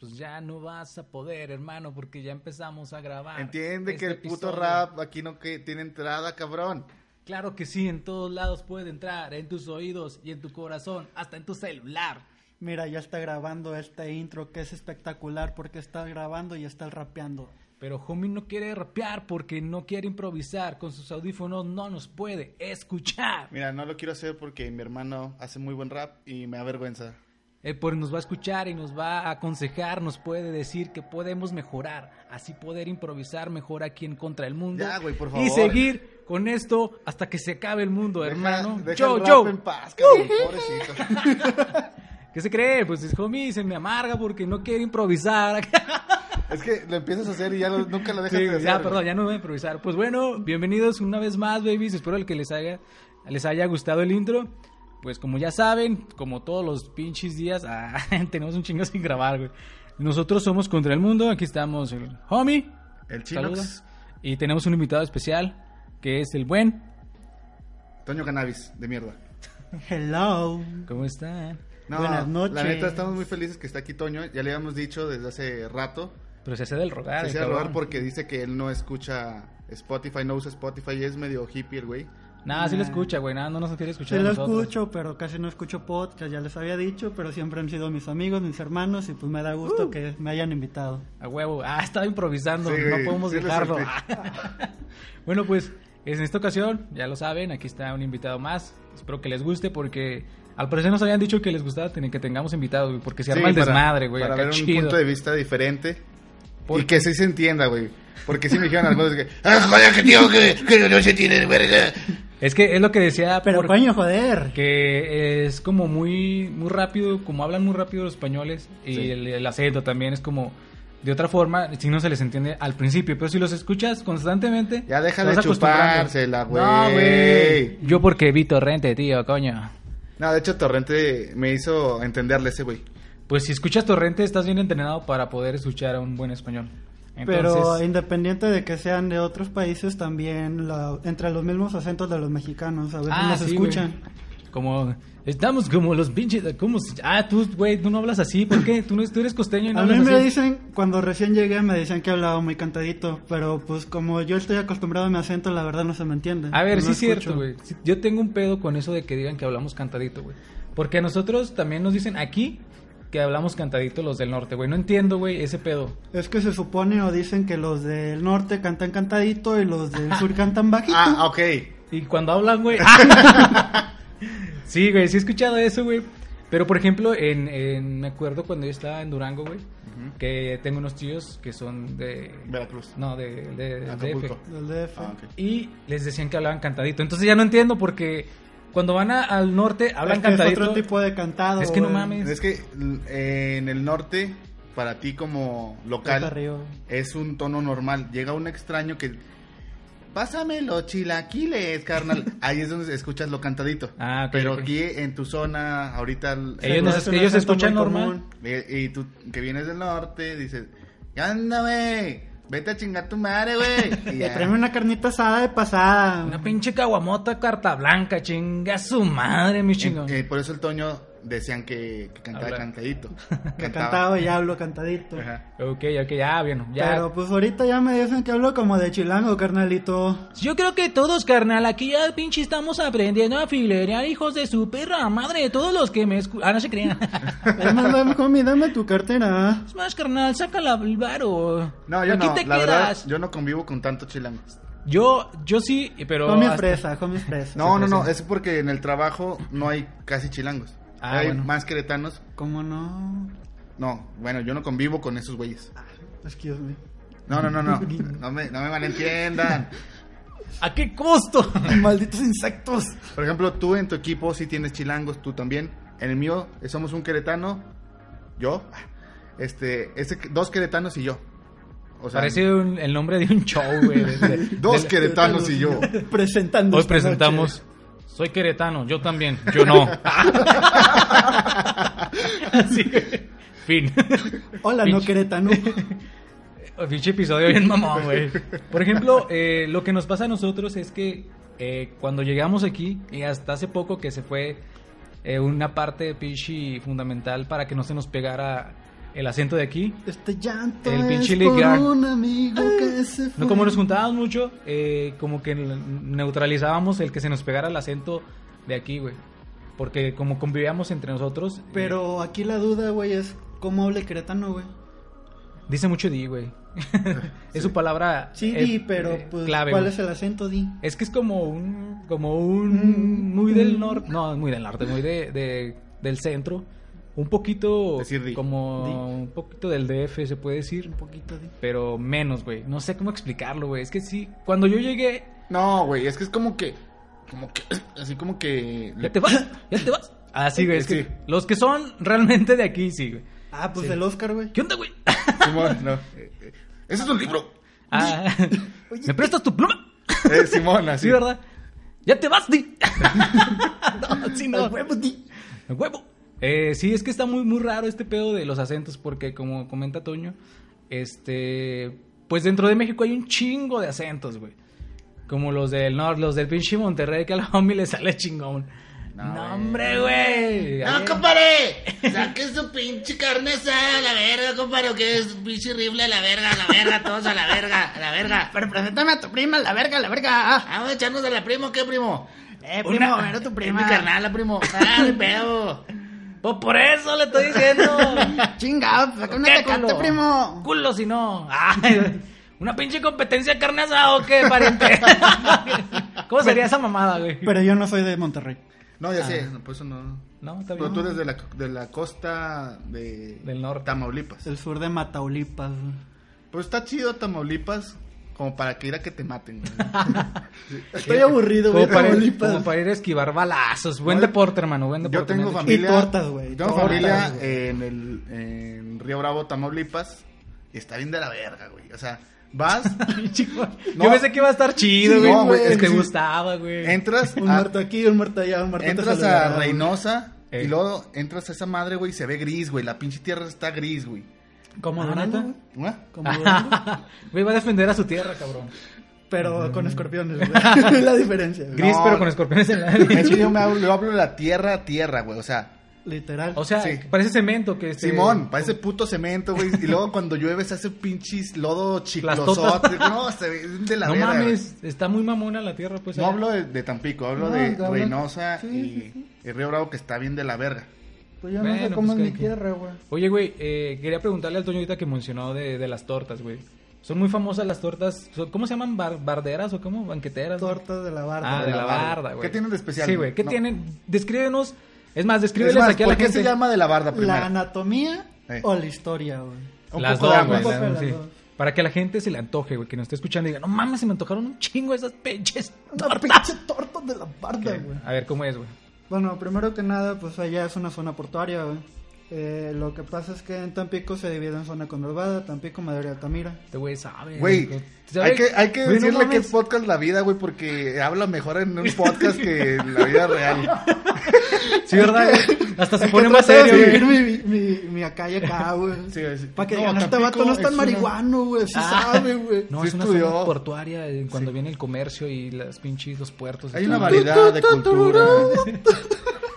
pues ya no vas a poder, hermano, porque ya empezamos a grabar. Entiende este que el puto episodio. rap aquí no que tiene entrada, cabrón. Claro que sí, en todos lados puede entrar, en tus oídos y en tu corazón, hasta en tu celular. Mira, ya está grabando este intro que es espectacular porque está grabando y está rapeando. Pero Homie no quiere rapear porque no quiere improvisar, con sus audífonos no nos puede escuchar. Mira, no lo quiero hacer porque mi hermano hace muy buen rap y me avergüenza. Él por- Eh, pues nos va a escuchar y nos va a aconsejar, nos puede decir que podemos mejorar, así poder improvisar mejor aquí en Contra el Mundo. Ya, güey, por Y favor. seguir con esto hasta que se acabe el mundo, Deja- hermano. deja yo, el rap yo. en paz, cabrón, pobrecito. ¿Qué se cree? Pues es Homie se me amarga porque no quiere improvisar. es que lo empiezas a hacer y ya lo- nunca lo dejas Sí, de hacer. ya, güey. perdón, ya no voy a improvisar. Pues bueno, bienvenidos una vez más, babies. Espero el que les haya, les haya gustado el intro. Pues como ya saben, como todos los pinches días, ah, tenemos un chingo sin grabar, güey. Nosotros somos Contra el Mundo, aquí estamos el homie. El saludos Chilox, Y tenemos un invitado especial, que es el buen. Toño Cannabis, de mierda. Hello. ¿Cómo está? Buenas La noches. neta, estamos muy felices que está aquí Toño. Ya le habíamos dicho desde hace rato. Pero se hace del rogar. Se el hace robar cabrón. porque dice que él no escucha Spotify, no usa Spotify y es medio hippie el güey. Nada, sí lo escucha, güey. Nada, no nos quiere Sí escuchar. a lo nosotros. escucho, pero casi no escucho podcast, ya les había dicho, pero siempre han sido mis amigos, mis hermanos y pues me da gusto Uh. que me hayan invitado. A huevo. Ah, estaba improvisando. Sí, no güey, podemos sí lo dejarlo. sentí. bueno, pues en esta ocasión, ya lo saben, aquí está un invitado más. Espero que les guste porque al parecer nos habían dicho que les gustaba tener- que tengamos invitados, güey, porque se arma Sí, el para- desmadre, güey. Para acá ver un chido. punto de vista diferente. Por- Y que sí se entienda, güey. Porque sí me dijeron algunos que... ¡Ah, joder, que tío, que, que no se tiene de verga! Es que es lo que decía, Pero porque- coño, joder. que es como muy muy rápido, como hablan muy rápido los españoles y Sí. el, el acento también es como de otra forma, si no se les entiende al principio, pero si los escuchas constantemente, Ya deja te de vas acostumbrando. chupársela, güey. No, güey. Yo porque vi torrente, tío, coño. No, de hecho, Torrente me hizo entenderle ese güey. Pues si escuchas torrente, estás bien entrenado para poder escuchar a un buen español. Entonces, Pero independiente de que sean de otros países, también la- entre los mismos acentos de los mexicanos, a veces Ah, nos sí, escuchan. güey. Como estamos como los pinches, como ah, tú güey, tú no hablas así, ¿por qué? Tú no tú eres costeño y no A mí hablas me así. dicen, cuando recién llegué, me decían que hablaba muy cantadito, pero pues como yo estoy acostumbrado a mi acento, la verdad no se me entiende. A ver, No sí es cierto, escucho. güey. Sí, Yo tengo un pedo con eso de que digan que hablamos cantadito, güey. Porque a nosotros también nos dicen aquí que hablamos cantadito los del norte, güey. No entiendo, güey, ese pedo. Es que se supone o dicen que los del norte cantan cantadito y los del sur cantan bajito. Ah, ok. Y cuando hablan, güey. ¡ah! sí, güey, sí he escuchado eso, güey. Pero por ejemplo, en, en- me acuerdo cuando yo estaba en Durango, güey, que tengo unos tíos que son de Veracruz. no, de, de- del Acapulco. DF. Del DF. Ah, ok. Y les decían que hablaban cantadito. Entonces ya no entiendo porque cuando van a- al norte hablan Este Es que es cantadito. otro tipo de cantado. Es que no güey. mames. Es que l- en el norte, para ti como Está local, arriba. es un tono normal. Llega un extraño que... Pásame los chilaquiles, carnal. Ahí es donde escuchas lo cantadito. Ah, ok, Pero ok. aquí en tu zona, ahorita... el- Ellos, no nos- es un ellos se acento escuchan muy normal. común. Eh, Y tú que vienes del norte, dices, "Ya anda, güey, vete a chingar tu madre, güey. Y Eh, ya. tráeme una carnita asada de pasada. Una pinche caguamota carta blanca, chinga su madre, mi chingón. Eh, eh, por eso el Toño decían que, que cantaba Habla. cantadito. Que cantaba y hablo cantadito. Ajá. Ok, ok, ya, bien, ya. Pero pues ahorita ya me dicen que hablo como de chilango, carnalito. Yo creo que todos, carnal, aquí ya pinche estamos aprendiendo a filerear hijos de su perra madre. Todos los que me escuchan. Ah, no se crean. Es más, dame, homie, dame tu cartera. es más, carnal, sácala el varo. No, yo aquí no, te la verdad, quedas. yo no convivo con tanto chilango. Yo, yo sí, pero. Homie hasta- fresa, homie fresa. No, no, no, es porque en el trabajo no hay casi chilangos. Ah, hay bueno. más queretanos. ¿Cómo no? Ah, No, bueno, yo no convivo con esos güeyes. Excuse me. No, no, no, no. No me, no me malentiendan. ¿A qué costo? Malditos insectos. Por ejemplo, tú en tu equipo sí tienes chilangos, tú también. En el mío eh, somos un queretano, yo, este, este dos queretanos y yo. O sea, Parece un- el nombre de un show, güey. de- de- dos de- queretanos y yo. Presentando. Hoy esta presentamos. noche. Soy queretano, yo también, yo no. Así que, fin. Hola, no Pinche- queretano. Pinche episodio bien mamón, güey. Por ejemplo, eh, lo que nos pasa a nosotros es que eh, cuando llegamos aquí, y hasta hace poco que se fue eh, una parte pinche fundamental para que no se nos pegara el acento de aquí. Este llanto El pinche es por Ligar. un amigo que se fue. No, como nos juntábamos mucho, eh, como que neutralizábamos el que se nos pegara el acento de aquí, güey. Porque como convivíamos entre nosotros, eh, Pero aquí la duda, güey, es cómo habla el queretano, güey. dice mucho di, güey. es su palabra Sí, eh, di, pero eh, pues, clave, ¿cuál güey. es el acento, di? Es que es como un. Como un. Mm. Muy del norte. No, muy del norte, muy de, de- del centro. Un poquito. Decir di. como. Di. Un poquito del DF, se puede decir. Un poquito, di. Pero menos, güey. No sé cómo explicarlo, güey. Es que sí. Cuando yo llegué. No, güey, es que es como que. Como que. Así como que. Ya te vas, ya te vas. Así, güey. Es que Sí. los que son realmente de aquí, sí, güey. Ah, pues Sí. el Oscar, güey. ¿Qué onda, güey? Simón, no. Eh, eh, Ese es un libro. Ah, ¿Me prestas tu pluma? Eh, Simón, Sí, así. ¿verdad? ¡Ya te vas, di! no, sí, no. Al huevo, di. ¡A huevo! Eh, sí, es que está muy, muy raro este pedo de los acentos, porque como comenta Toño, este. Pues dentro de México hay un chingo de acentos, güey. Como los del norte, los del pinche Monterrey, que al homie le sale chingón. No, No, güey. hombre, güey. A No, ver. compadre. Saque su pinche carne asada a la verga, compadre. Que es pinche rifle a la verga, a la verga, todos a la verga, a la verga. Pero preséntame a tu prima, la verga, la verga. Ah, Vamos a echarnos a la primo, ¿qué primo? Eh, Una- primo, a ver a tu Es mi prima. carnal, la primo. Ah, mi pedo. Pues por eso le estoy diciendo. Chingado, pues, saca una ¿Qué, tecate, culo? primo. Culo si no. Ay, una pinche competencia de carne asada o qué, pariente. ¿Cómo sería esa mamada, güey? Pero yo no soy de Monterrey. No, ya Ah. sé, no, por eso no. No, está Pero bien. tú eres de la, de la costa de. Del norte. Tamaulipas. El sur de Mataulipas. güey. Pues está chido Tamaulipas como para que ir a que te maten. güey. Estoy aburrido, güey. Como para, Tamaulipas. como para ir a esquivar balazos. Buen No, deporte, hermano. Buen deporte. Yo tengo me han dicho. familia. tortas, güey, Tengo tortas, familia güey. eh, en, el, en Río Bravo, Tamaulipas. Y está bien de la verga, güey. O sea, vas, Chico, No. Yo pensé que iba a estar chido, Sí, güey. no, güey, es es que que sí. gustaba, güey. entras Ah. Un a, muerto aquí, un muerto allá, un muerto te entras saludará, a güey. Reynosa Eh. y luego entras a esa madre, güey, y se ve gris, güey. La pinche tierra está gris, güey. Como Ah, Durango, ¿neta? Ah, güey. ¿Ah? Como Durango. Güey, va a defender a su tierra, cabrón. Pero con escorpiones, güey. la diferencia, güey. Gris, No. pero con escorpiones en la... Es que yo me hablo, yo hablo de la tierra a tierra, güey. O sea, Literal. O sea, Sí. parece cemento que... este- Simón, parece puto cemento, güey. Y luego cuando llueve se hace pinches lodo chiclosote. No, se ve de la No verga, güey. mames, está muy mamona la tierra, pues. No allá. hablo de, de Tampico, hablo No, de hablo- Reynosa sí, y, sí, y Río Bravo que está bien de la verga. pues yo no sé bueno, cómo pues es cada mi quien. tierra, güey. Oye, güey, eh, quería preguntarle al Toño ahorita que mencionó de, de las tortas, güey. Son muy famosas las tortas. son- ¿Cómo se llaman? Bar- ¿Barderas o cómo? ¿Banqueteras? Tortas de la barra. Ah, de la barda, güey. ¿Qué tienen de especial? Sí, güey. ¿Qué No. tienen? Descríbenos. Es más, Es descríbeles más, aquí a la ¿Por qué gente. se llama de la barda ¿La primero? anatomía Eh. o la historia, güey? Un Las poco dos, de güey. ambas. la- Un poco de sí. las dos. Para que a la gente se le antoje, güey, que nos esté escuchando y diga, no mames, se me antojaron un chingo esas pinches. Una pinche torta de la barda, Ok, güey. A ver, ¿cómo es, güey? Bueno, primero que nada, pues allá es una zona portuaria, güey. Eh, lo que pasa es que en Tampico se divide en zona conurbada, Tampico, Madrid, Altamira. Este güey sabe. Güey, ¿Sabe? hay que, hay que Güey, no decirle que mames. es podcast la vida, güey, porque habla mejor en un podcast que en la vida real. Sí, ¿verdad? güey? Hasta se Yo pone más traté de serio, güey. vivir mi, mi, mi, mi acá y acá, güey. Sí, sí. Para que No, digan, este Tampico vato no es es tan una- marihuano, güey. Sí Ah. sabe, güey. No, Sí es una estudió. zona portuaria eh, cuando viene el comercio y las pinches, los puertos. y Hay todo. una variedad de cultura.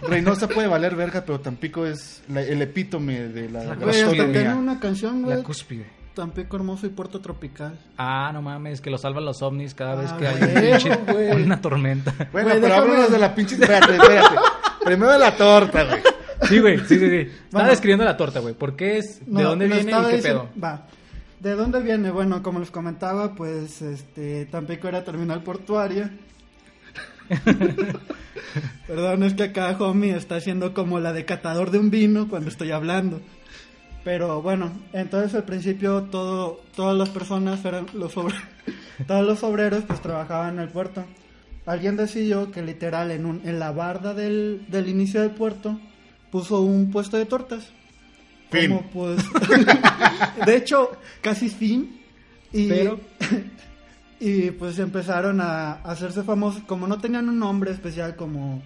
Reynosa puede valer verga, pero Tampico es la- el epítome de la La Güey, hasta cúspide, que gastronomía. hay una canción, La güey. cúspide. Tampico hermoso y puerto tropical. Ah, no mames, que lo salvan los ovnis cada vez Ah, que hay güey, un pinche- güey. una tormenta. Bueno, Güey, pero déjame- háblanos de la pinche... Espérate, espérate. Primero de la torta, güey. Sí, güey, sí, sí, sí. Estaba Vamos. describiendo la torta, güey. ¿Por qué es? No, ¿De dónde lo viene y estaba qué diciendo- pedo? Va. ¿De dónde viene? Bueno, como les comentaba, pues este Tampico era terminal portuaria. Perdón, es que acá homie está haciendo como la decatador de un vino cuando estoy hablando. Pero bueno, entonces al principio todo, todas las personas eran los obreros, todos los obreros pues trabajaban en el puerto. Alguien decidió que literal en, un, en la barda del, del inicio del puerto puso un puesto de tortas. Fin. Como, pues, de hecho, casi fin. Y, Pero- y pues empezaron a hacerse famosos. Como no tenían un nombre especial como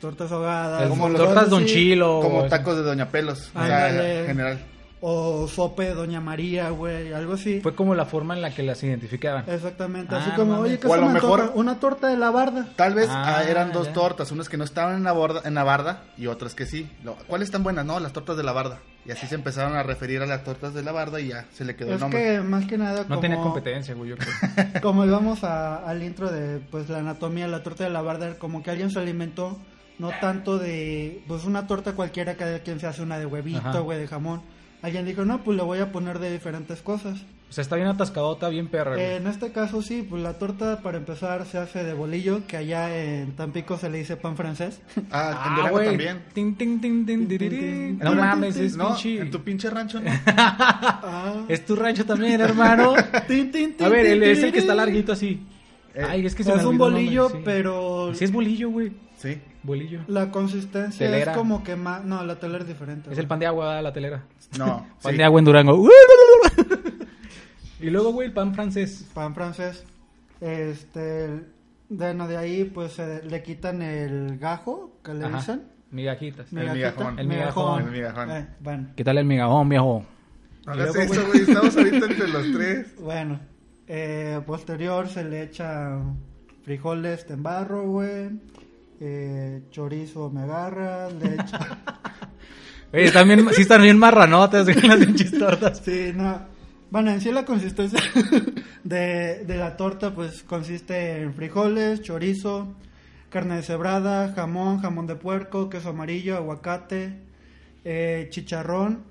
tortas ahogadas. Como o los cosas tortas Don así. Chilo. Como güey. tacos de Doña Pelos. O sea, Ándale. general. O Sope Doña María, güey, algo así. Fue como la forma en la que las identificaban. Exactamente, Pues, Ah, así no como, mames. oye, ¿qué O a es lo una mejor- torta? Una torta de la barda. Tal vez Ah, ah, eran dos ya. tortas, unas que no estaban en la, borda, en la barda y otras que sí. Lo- ¿Cuáles están buenas? No, las tortas de la barda. Y así se empezaron a referir a las tortas de la barda y ya se le quedó el Es nombre. que más que nada No como, tenía competencia, güey, yo creo. como íbamos a- al intro de pues la anatomía de la torta de la barda, como que alguien se alimentó no tanto de pues una torta cualquiera cada quien se hace una de Ajá. huevito, güey, de jamón. Alguien dijo, "No, pues le voy a poner de diferentes cosas." O sea, está bien atascadota, bien perra, güey. Eh, en este caso sí, pues la torta para empezar se hace de bolillo, que allá en Tampico se le dice pan francés. Ah, en Durango güey. también. Tin, tin, tin, tin, tirirín. No Tin, tin, mames, tin, es no, pinche. en tu pinche rancho no. Ah. Es tu rancho también, hermano. Tin, tin, tin, A ver, tin, el, es el que está tirirín. larguito así. Eh, Ay, es que Es, se me un olvidó el bolillo, nombre, sí. pero Sí, es bolillo, güey. Sí. Bolillo. la consistencia Telera. es como que más... No, la telera es diferente. Es güey. el pan de agua, ¿verdad? la telera. No. Pan sí. de agua en Durango. y luego, güey, el pan francés. pan francés. Este, bueno, de ahí pues se le quitan el gajo, que le Ajá. dicen. Migajitas. El Migajita. migajón. El migajón. El migajón. Eh, bueno, ¿Qué tal el migajón, viejo? Hagas Luego, eso, güey. Estamos ahorita entre los tres. bueno. Eh, posterior se le echa frijoles en barro, güey. Eh, chorizo me agarra, le echa... Oye, están bien, sí están bien marranotas güey, las pinches tortas. Sí, no. Bueno, en sí la consistencia de, de la torta pues consiste en frijoles, chorizo, carne deshebrada, jamón, jamón de puerco, queso amarillo, aguacate, eh, chicharrón.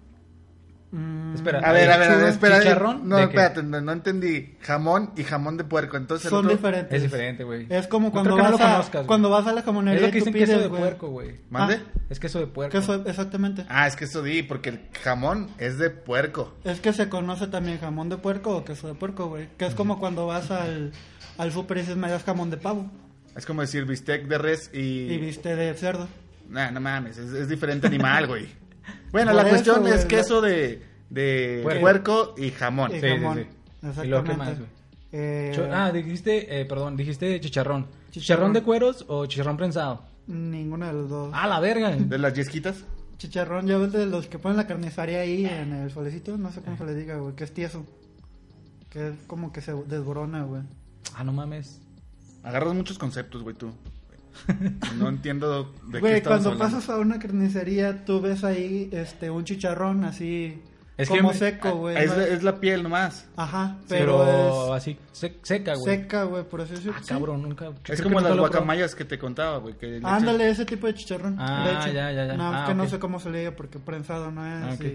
mm, Espera, A ver, a ver, a Chicharrón. ver, espera. ¿Chicharrón? No, ¿De qué? espérate, no, no entendí. Jamón y jamón de puerco. Entonces, el Son otro- diferentes. Es diferente, güey. Es como No cuando, creo que no vas, lo a, conozcas, güey. cuando vas a la jamonería Es lo y que tú dicen pides, queso de güey. puerco, güey. ¿Mande? Ah. Es queso de puerco. Queso- exactamente. Ah, es que eso di, porque el jamón es de puerco. Es que se conoce también jamón de puerco o queso de puerco, güey. Que es como cuando vas al, al súper y dices, me das jamón de pavo. Es como decir bistec de res Y viste de cerdo. Nah, no mames, es, es diferente animal, güey. Bueno, Por la eso, cuestión güey, es la- queso de, de Puerco. puerco y jamón. Y Sí, sí, jamón. sí. Exactamente. ¿Y luego qué más, güey? Eh, Cho- ah, dijiste, eh, perdón, dijiste chicharrón. chicharrón. Chicharrón. de cueros o chicharrón prensado? Ninguno de los dos. Ah, la verga. ¿De las yesquitas? Chicharrón, ya ves de los que ponen la carnizaria ahí en el solecito, no sé cómo se le diga, güey, que es tieso. Que es como que se desborona, güey. Ah, no mames. Agarras muchos conceptos, güey, tú. No entiendo de qué Güey, estamos cuando hablando. pasas a una carnicería, tú ves ahí este un chicharrón así Es que como me- seco, güey. es, ¿no? la- es la piel nomás. Ajá, Pero, pero, así, sec- seca, es güey. seca, güey, por eso Ah, cabrón, nunca. creo Es que como nunca las lo he probado. guacamayas que te contaba, güey. que le echas- Ándale, ese tipo de chicharrón. Ah, de hecho. ya, ya, ya. No, Ah, es que no ok. sé cómo se le diga porque prensado no Ah, es. ok. y-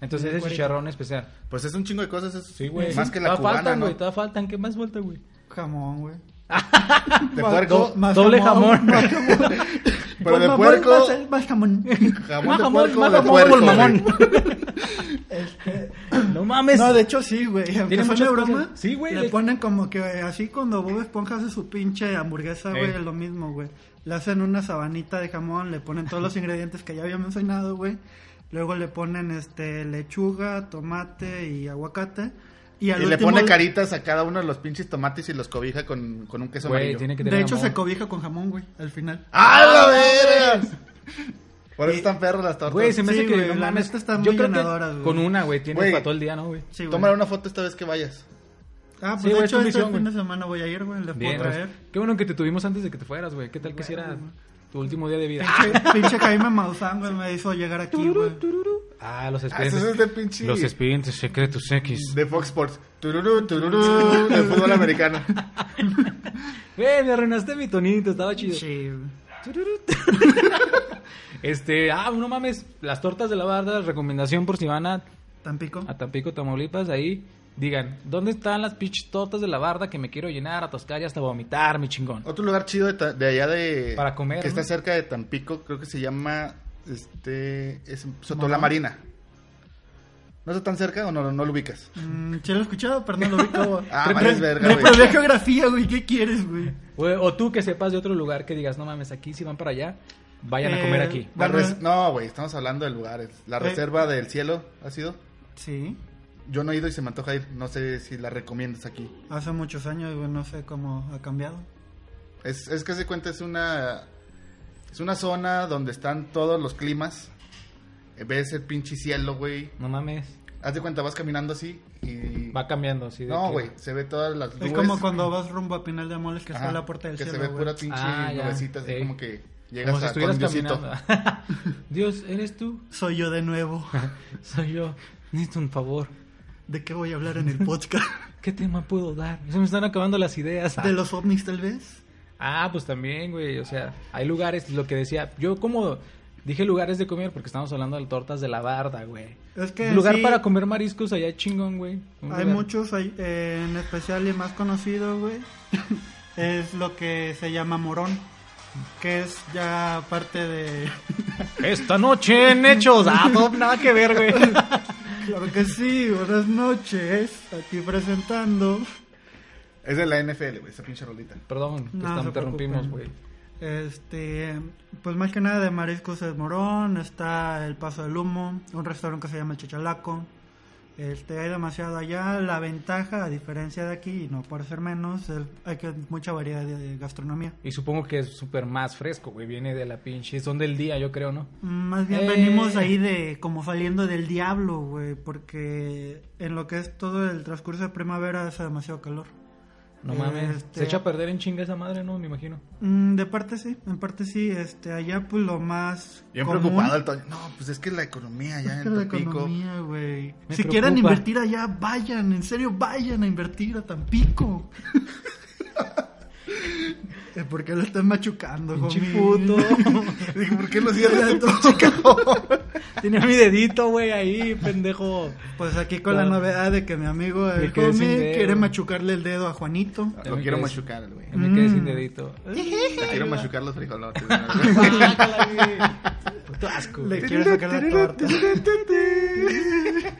Entonces y ese cuerito. chicharrón especial. Pues es un chingo de cosas. es- Sí, güey. Más que la Todavía cubana, faltan, ¿no? güey, todavía faltan. ¿Qué más falta, güey? Jamón, güey. De Más- puerco. do- más Doble jamón. Más jamón. Pero de mamón, puerco. Más, más jamón. Jamón Más de jamón, puerco, más de jamón puerco, por el mamón. güey. Este, No mames. No, de hecho sí, güey. Aunque Tiene suene muchas broma. cosas. Sí, güey, Le de- ponen como que eh, así cuando Bob Esponja hace su pinche hamburguesa, güey, Ey. es lo mismo, güey. Le hacen una sabanita de jamón, le ponen todos los ingredientes que ya había mencionado, güey. Luego le ponen este lechuga, tomate y aguacate. Y, al Y le último pone caritas a cada uno de los pinches tomates y los cobija con, con un queso Güey, amarillo. tiene que tener De hecho jamón. se cobija con jamón, güey, al final. ¡Ah, la verga! Por eso están perros las tortas. Güey, se me hace Sí, que güey, no la mames. neta están Yo muy creo que ganadoras, güey. con una, güey, tienes Güey. para todo el día, ¿no, güey? Sí, güey. Tomar una foto esta vez que vayas. Ah, pues Sí, de güey, es hecho este condición, fin güey. de semana voy a ir, güey, le puedo Bien, traer. pues, qué bueno que te tuvimos antes de que te fueras, güey. ¿Qué tal que Güey, hiciera güey. tu último día de vida? Ah, Pinche, pinche Jaime Maussan, güey, me hizo llegar aquí, Tururú, güey. tururú. Ah, los Ah, eso es expedientes. de pinche. Los expedientes secretos X. de Fox Sports. Tururú, tururú, de fútbol americano. Güey, me arruinaste mi tonito, estaba chido. Sí, güey. Tururú. Este, ah, no mames, las tortas de la barda, recomendación por si van a, Tampico. a Tampico, Tamaulipas, ahí digan, ¿dónde están las pinches tortas de la barda que me quiero llenar, atascar y hasta vomitar, mi chingón? Otro lugar chido de, ta- de allá de. Para comer, Que ¿no? está cerca de Tampico, creo que se llama. Este. Es Sotolamarina. Mamá. Marina. ¿No está tan cerca o no, no lo ubicas? Mm, sí lo he escuchado, pero no lo ubico, güey. Ah, Creo- vales creo- verga, Me güey. probé geografía, güey. ¿Qué quieres, güey? O, o tú que sepas de otro lugar que digas, no mames, aquí si van para allá, vayan a Eh, comer aquí. La Bueno, res- No, güey, estamos hablando de lugares. La Eh. reserva del cielo, ¿ha sido? Sí. Yo no he ido y se me antoja ir. No sé si la recomiendas aquí. Hace muchos años, güey. No sé cómo ha cambiado. Es, es que se cuenta, es una. Es una zona donde están todos los climas. Eh, Ves el pinche cielo, güey. No mames. Haz de cuenta, vas caminando así y... Va cambiando, sí. de No, que- güey, se ve todas las Es nubes. como cuando vas rumbo a Pinal de Amoles que Ajá, está la puerta del Ah, que cielo. se ve güey. pura pinche Ah, ya. nubecita, así Sí. como que llegas Como si a estuvieras con Diosito. caminando. Dios, ¿eres tú? Soy yo de nuevo. Soy yo. Necesito un favor. ¿De qué voy a hablar en el podcast? ¿Qué tema puedo dar? Se me están acabando las ideas. Ah. ¿De los ovnis tal vez? Ah, pues también, güey. O sea, hay lugares, lo que decía. Yo como dije lugares de comer porque estamos hablando de tortas de la barda, güey. Es que Lugar sí, para comer mariscos allá chingón, güey. Un Hay lugar- muchos, hay, eh, en especial y más conocido, güey. es lo que se llama morón. Que es ya parte de... Esta noche en hechos. Ah, no, nada que ver, güey. claro que sí, buenas noches. Aquí presentando... Es de la NFL, güey, esa pinche rolita. Perdón, te No, estamos- se interrumpimos, güey. preocupen. Este, pues más que nada de mariscos es Morón, está el Paso del Humo, un restaurante que se llama El Chichalaco. Este, hay demasiado allá. La ventaja, a diferencia de aquí, y no por ser menos, es- hay que mucha variedad de, de gastronomía. Y supongo que es súper más fresco, güey. Viene de la pinche son del día, yo creo, ¿no? Más bien Eh. venimos ahí de como saliendo del diablo, güey, porque en lo que es todo el transcurso de primavera hace demasiado calor. No mames. Este- Se echa a perder en chinga esa madre, ¿no? Me imagino. Mm, de parte sí, en parte sí, este, allá pues lo más... Bien común- preocupado el Toño. No, pues es que la economía ya Es que en la Tampico. economía, güey. Si Me quieren preocupa. invertir allá, vayan, en serio, vayan a invertir a Tampico. Eh, ¿Por qué lo están machucando, Pinche homie? puto. Dije, ¿por qué lo cierran? Tenía mi dedito, güey, ahí, pendejo. Pues aquí con la Claro. novedad de que mi amigo Me el quedé sin homie dedo. quiere machucarle el dedo a Juanito. Lo quiero machucar, güey. Ya Me quedé sin Mm. dedito. Te quiero machucar los frijolotes. Puto asco. güey. Le quiere sacar la torta.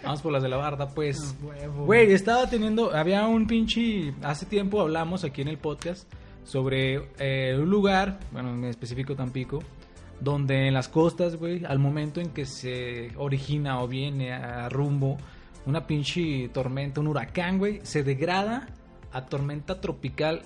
Vamos por las de la barda, Ah, pues. Huevo. Güey, estaba teniendo, había un pinche, hace tiempo hablamos aquí en el podcast sobre eh, un lugar, bueno, en específico Tampico, donde en las costas, güey, al momento en que se origina o viene a rumbo una pinche tormenta, un huracán, güey, se degrada a tormenta tropical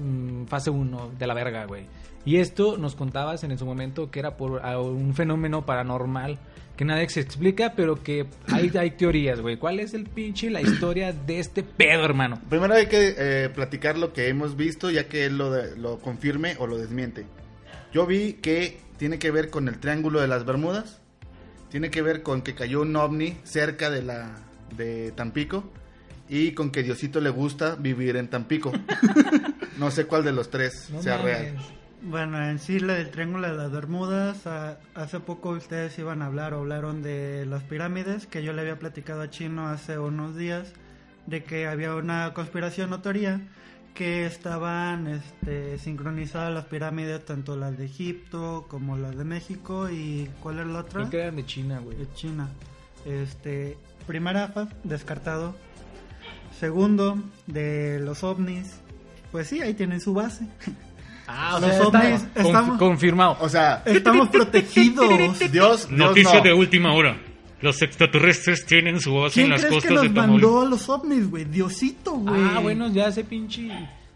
mm, fase 1 de la verga, güey. Y esto nos contabas en su momento que era por a un fenómeno paranormal que nadie se explica, pero que hay, hay teorías, güey. ¿Cuál es el pinche la historia de este pedo, hermano? Primero hay que eh, platicar lo que hemos visto, ya que él lo, de- lo confirme o lo desmiente. Yo vi que tiene que ver con el Triángulo de las Bermudas, tiene que ver con que cayó un ovni cerca de la de Tampico y con que Diosito le gusta vivir en Tampico. no sé cuál de los tres No sea mames. real. Bueno, en sí, la del Triángulo de las Bermudas, a- hace poco ustedes iban a hablar o hablaron de las pirámides, que yo le había platicado a Chino hace unos días, de que había una conspiración o teoría que estaban este, sincronizadas las pirámides, tanto las de Egipto como las de México, y ¿cuál es la otra? Yo creo que eran de China, güey. de China. Este, primera fa- descartado. Segundo, de los ovnis. Pues sí, ahí tienen su base. Ah, Los ovnis, está- conf- estamos- confirmado. O sea, Estamos protegidos. Dios, Dios Noticia no. de última hora. Los extraterrestres tienen su base en ¿Quién las crees que costas de los Tamaulipas. mandó los ovnis, güey? Diosito, güey. ah, bueno, ya ese pinche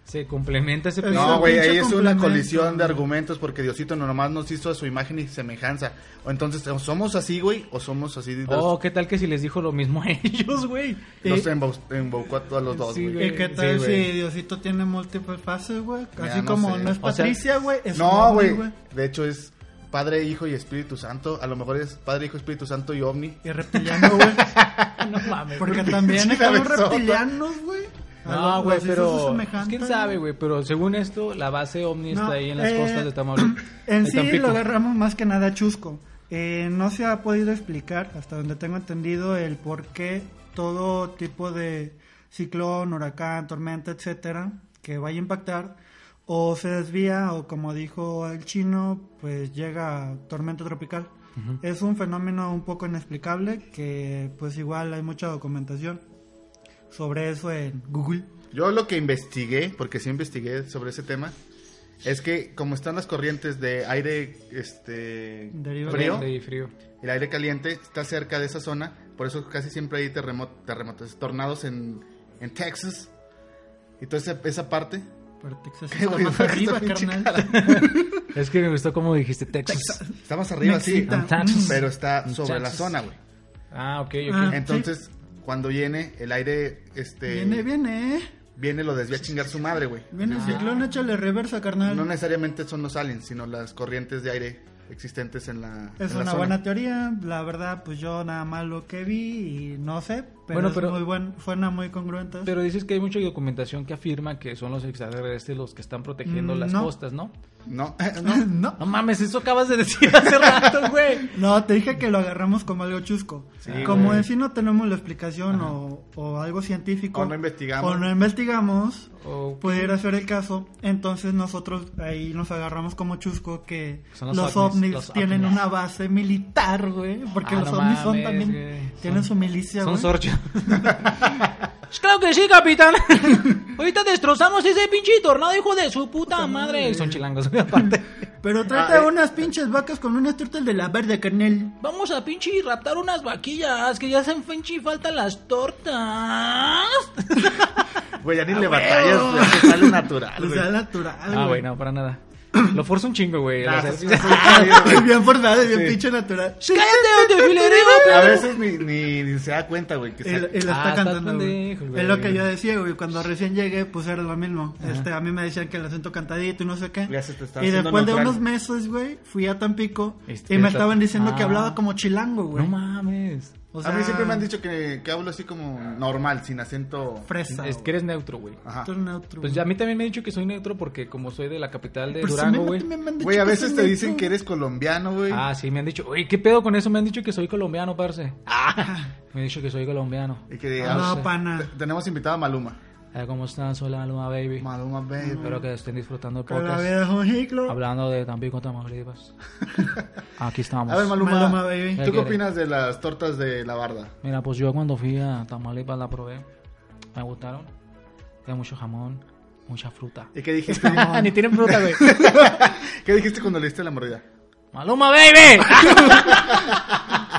se complementa ese No, pedo. No, güey, ahí pinche es una complemento, colisión de güey. argumentos porque Diosito nomás nos hizo a su imagen y semejanza. O entonces, o somos así, güey, o somos así. de- Oh, ¿qué tal que si les dijo lo mismo a ellos, güey? Los Eh, embau- embaucó a todos los dos, Sí, güey. güey. ¿Y qué tal Sí, güey. si Diosito tiene múltiples fases, güey? Mira, Así no como sé. no es O sea, Patricia, güey. es un No, ovni, güey. De hecho, es Padre, Hijo y Espíritu Santo. A lo mejor es Padre, Hijo, Espíritu Santo y OVNI. Y reptiliano, güey. No mames. Porque también Sí, están los la besó. reptilianos, güey. A No, los- güey, los hizo su pero. pues, semejante, ¿Quién sabe, güey? Pero según esto, la base OVNI No, está ahí en las eh, costas de Tamaulipas. En de sí Tampico. lo agarramos más que nada a Chusco. Eh, no se ha podido explicar, hasta donde tengo entendido, el por qué todo tipo de ciclón, huracán, tormenta, etcétera, que vaya a impactar, o se desvía, o como dijo el chino, pues llega a tormenta tropical. Es un fenómeno un poco inexplicable que pues igual hay mucha documentación sobre eso en Google. Yo lo que investigué, porque sí investigué sobre ese tema, es que como están las corrientes de aire este Deriva- frío, Caliente y frío. el aire caliente está cerca de esa zona, por eso casi siempre hay terremo- terremotos, tornados en, en Texas. Y toda esa, esa parte. Pero Texas Qué está güey, más esta arriba, pinche carnal. Es que me gustó como dijiste Texas. Está más arriba, sí. Mexita. Pero está En sobre la Texas. zona, güey. Ah, ok, ok. Ah. Entonces, cuando viene, el aire, este... Viene, viene. eh. viene, lo desvía a chingar su madre, güey. Viene el ciclón, échale reversa, carnal. Ah. No necesariamente son los aliens, sino las corrientes de aire existentes en la. es en la una zona. buena teoría, la verdad, pues yo nada más lo que vi y no sé, pero, Bueno, es pero- muy buen, fue una muy congruente. Pero dices que hay mucha documentación que afirma que son los extraterrestres los que están protegiendo Mm, las no. costas, ¿no? No, no, no. No mames, eso acabas de decir hace rato, güey. No, te dije que lo agarramos como algo chusco. como en sí no tenemos la explicación o, o algo científico. O no investigamos. O no investigamos, O- pudiera ser el caso. Entonces nosotros ahí nos agarramos como chusco que Son los, los ovnis, ovnis, los tienen ovnis. una base militar, güey. Porque Ah, los no ovnis son mames, también... güey. Tienen Son- su milicia, Son güey. sorchas. claro que sí, capitán. Ahorita destrozamos ese pinche tornado, hijo de su puta madre. Son chilangos, aparte. Ah, Pero trata eh. a unas pinches vacas con unas tortas de la verde, carnel. Vamos a pinche raptar unas vaquillas que ya hacen pinche falta las tortas. Güey, ya ni le batallas, ya te sale natural, Ah, Pues güey. da natural, Ah, güey, güey. no, para nada. Lo forza un chingo, güey. Ah, O sea, sí, sí. sí, sí, güey. bien forzado, y bien pinche natural. ¡Cállate, te A veces ni, ni, ni se da cuenta, güey. Que Él, se... él Ah, está está cantando, güey. pendejo, güey. Es lo que yo decía, güey. Cuando recién llegué, pues era lo mismo. Este, a mí me decían que el acento cantadito y no sé qué. Ya se te está y haciendo después de natural. unos meses, güey, fui a Tampico Este, y me está- estaban diciendo que Ah. hablaba como chilango, güey. No mames. O A mí sea, siempre me han dicho que, que hablo así como normal, sin acento. fresa. Es que eres neutro, güey. Ajá. Pues ya a mí también me han dicho que soy neutro porque como soy de la capital de Pero sí Durango, me- güey. me han dicho Güey, a que veces soy te neutro. dicen que eres colombiano, güey. Ah, sí, me han dicho, uy, ¿qué pedo con eso? Me han dicho que soy colombiano, parce. Me han dicho que soy colombiano. Y que Ah, ah, No, pana. te- tenemos invitado a Maluma. Ah, ¿Cómo están? Soy la Luma Baby. Maluma, baby. Espero que estén disfrutando el Que la podcast. vida es un ciclo. Hablando de Tampico, Tamaulipas. Aquí estamos. A ver, Maluma, Maluma, ¿Qué ¿tú baby. qué quiere? opinas de las tortas de la barda? Mira, pues yo cuando fui a Tamaulipas la probé. Me gustaron. Tiene mucho jamón, mucha fruta. ¿Y qué dijiste? Ah, Ni tienen fruta, güey. ¿Qué dijiste cuando le diste la mordida? ¡Maluma, baby!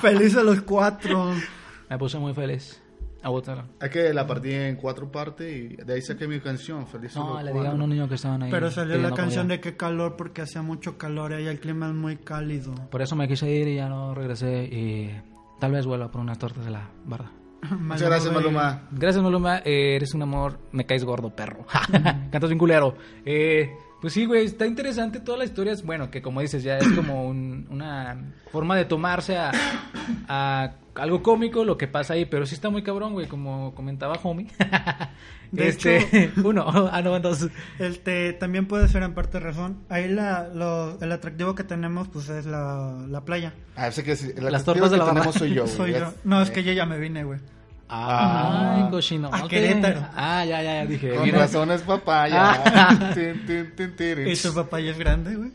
Feliz a los cuatro. Me puse muy feliz. Me gustaron. Es que la partí en cuatro partes y de ahí saqué mi canción, Feliz No, Solo le dije a Cuatro. unos niños que estaban ahí. Pero salió la pidiendo canción comida. de qué calor porque hacía mucho calor y el clima es muy cálido. Por eso me quise ir y ya no regresé. Y tal vez vuelva por unas tortas de la barda. Muchas gracias, Maluma. Gracias, Maluma. eh, eres un amor. Me caes gordo, perro. Cantas bien culero. Eh, pues sí, güey. Está interesante toda la historia. Es bueno, que como dices, ya es como un- una forma de tomarse a, a algo cómico lo que pasa ahí. Pero sí está muy cabrón, güey. Como comentaba Homie. De este, uno. Ah, no, dos. Este, también puede ser en parte razón. Ahí la, lo- el atractivo que tenemos pues es la, la playa. Ah, sé que sí, el Las atractivo tortas de que la barra. tenemos soy yo, güey. Soy yo. Es- No, es que yo ya me vine, güey. Ay, cochino. Ah, A Querétaro. Ah, ya, ya, ya. Dije. Con mira. razón es papaya. Tin, tin, tin, tirin. ¿Y tu papá ya es grande, güey?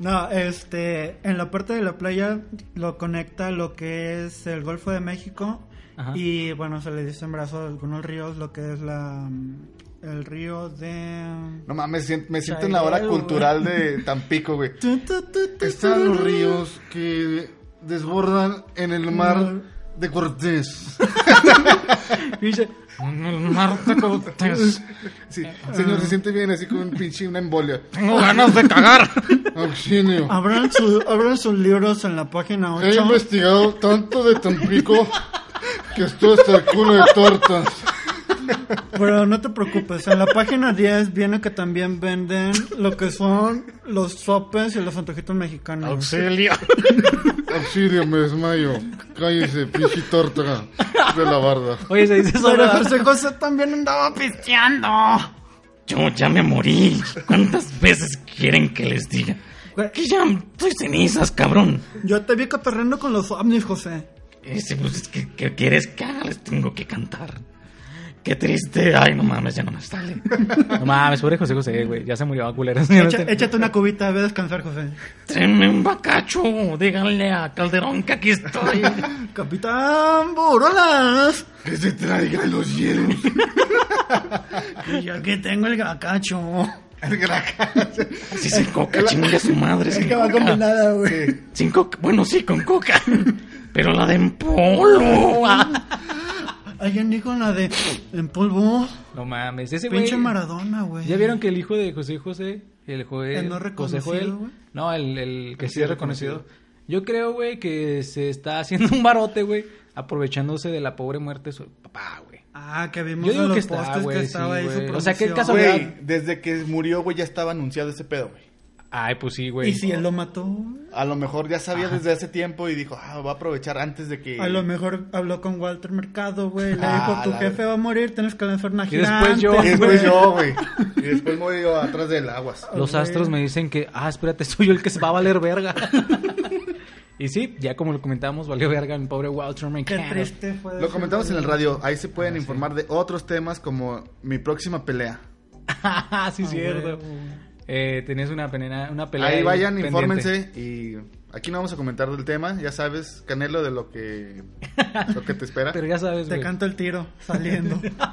no, este, en la parte de la playa lo conecta lo que es el Golfo de México Ajá. y bueno, se le dice en brazos a algunos ríos lo que es la el río de No mames, sien- me siento en la hora Chaireo, cultural de Tampico, güey. Tu, tu, tu, tu, Están los tu, ríos que desbordan en el mar de Cortés. Pinche- Marta Cortés. Sí, señor, se siente bien así con un pinche una embolia. Ah. Tengo ganas de cagar. Ah, Auxilio. Abran, su- abran sus libros en la página He 8. investigado tanto de Tampico que estoy hasta el culo de tortas. Pero no te preocupes, en la página 10 viene que también venden lo que son los sopes y los antojitos mexicanos. Auxilio. Auxilio, me desmayo. Cállese, pinche torta de la barda. Oye, se dice Pero sobre. José José también andaba pisteando. Yo ya me morí. ¿Cuántas veces quieren que les diga? Que ya soy cenizas, cabrón. Yo te vi cotorreando con los ovnis, José. Ese, pues, es que, ¿qué quieres que haga? Les tengo que cantar. Qué triste. Ay, no mames, ya no me sale. No mames, pobre José José, güey. Ya se murió a culeras. Echa- échate una cubita, ve a descansar, José. Tráeme un bacacho. Díganle a Calderón que aquí estoy. Capitán Borolas. Que se traigan los hielos. Y yo aquí tengo el gacacho. El graca. Así sin coca, chingue a su madre. Es Sin que va coca. combinada, güey. Sin coca. Bueno, sí, con coca. Pero la de en polvo. Alguien dijo la de en polvo. No mames, ese Este güey. Pinche Maradona, güey. ¿Ya vieron que el hijo de José José, el, Joel, El no reconocido, José Joel, güey? no, el, el que sí es reconocido, Yo creo, güey, que se está haciendo un barote, güey, aprovechándose de la pobre muerte de su papá, güey. Ah, que vimos Yo de digo los que está, postes güey, que sí, estaba ahí güey. su O sea, que el producción. caso- Güey, desde que murió, güey, ya estaba anunciado ese pedo, güey. Ay, pues sí, güey. Y si él lo mató, A lo mejor ya sabía desde hace tiempo y dijo, ah, voy a aprovechar antes de que... a lo mejor habló con Walter Mercado, güey. Le Ah, dijo, tu la- jefe va a morir, tienes que lanzar una Y después yo- Y gigante". después yo, güey. Y después murió atrás del aguas. Los Güey. astros me dicen que, ah, espérate, soy yo el que se va a valer verga. y sí, ya como lo comentamos, valió verga el pobre Walter Qué Mercado. triste fue. Lo ese comentamos en güey. el radio. Ahí se Ah, pueden informar de otros temas como mi próxima pelea. sí, Ah, cierto. güey. Eh, tenés una, pelea- una pelea. Ahí vayan, pendiente. infórmense y aquí no vamos a comentar del tema, ya sabes, Canelo, de lo que lo que te espera. Pero ya sabes, Te güey. canto el tiro saliendo. No,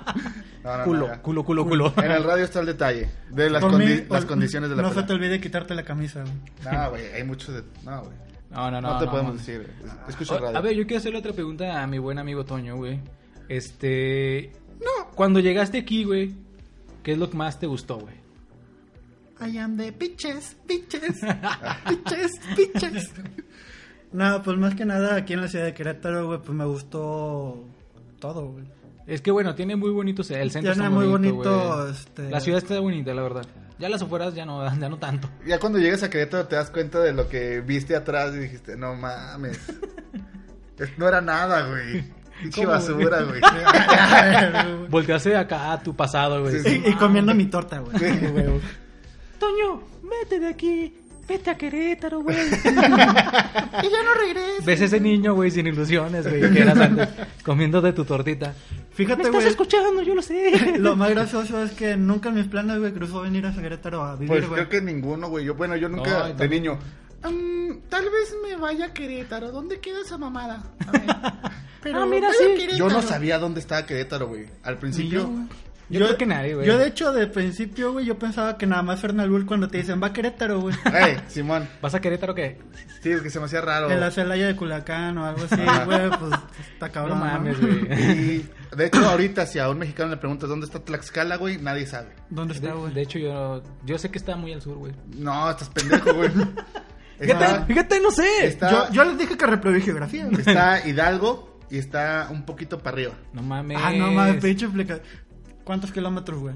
no, no, Culo, ya. culo, culo, culo. En el radio está el detalle de las, Por condi- mí, las ol- condiciones de la No se te pelea. olvide quitarte la camisa, güey. No, güey, hay muchos de... No, güey. No, no, no. No te podemos no. decir. güey. Escucha O- radio. A ver, yo quiero hacerle otra pregunta a mi buen amigo Toño, güey. Este. No. Cuando llegaste aquí, güey, ¿qué es lo que más te gustó, güey? I am the bitches, bitches, bitches, bitches. No, pues más que nada aquí en la ciudad de Querétaro, güey, pues me gustó todo, güey. Es que bueno, tiene muy bonito. El centro Tiene está muy bonito, güey. este- La ciudad está bonita, la verdad. Ya las afueras ya no, ya no tanto. Ya cuando llegues a Querétaro te das cuenta de lo que viste atrás y dijiste, no mames. Es- no era nada, güey. Pinche ¿Cómo, basura, güey. Volteaste acá a tu pasado, güey. Sí, sí. y, y comiendo mi torta, güey. Toño, vete de aquí. Vete a Querétaro, güey. Y ya no regreso. Ves ese niño, güey, sin ilusiones, güey, que eras antes, comiéndote tu tortita. Me Fíjate, estás güey. escuchando, yo lo sé. Lo más gracioso es que nunca en mis planes, güey, cruzó venir a Querétaro a Pues vivir, güey. creo que ninguno, güey. Yo, bueno, yo No, nunca, yo de niño. Mm, tal vez me vaya a Querétaro. ¿Dónde queda esa mamada? A ver. ah, mira, vaya a sí. Querétaro. Yo no sabía dónde estaba Querétaro, güey. Al principio. Yo, creo que nadie, güey. Yo, de hecho, de principio, güey, yo pensaba que nada más Fernalul cuando te dicen va a Querétaro, güey. Ey, Simón. ¿Vas a Querétaro o qué? Sí, es que se me hacía raro. En la celaya de Culacán o algo así, Ajá. güey, pues está cabrón. no ¿no? mames, güey. Y de hecho, ahorita, si a un mexicano le preguntas dónde está Tlaxcala, güey, nadie sabe. ¿Dónde está, De, güey? de hecho, yo, yo sé que está muy al sur, güey. No, estás pendejo, güey. Está, fíjate, no sé. está- Yo, yo les dije que reprobé geografía, güey. está Hidalgo y está un poquito para arriba. No mames. Ah, no mames, pinche explica- ¿Cuántos kilómetros, güey?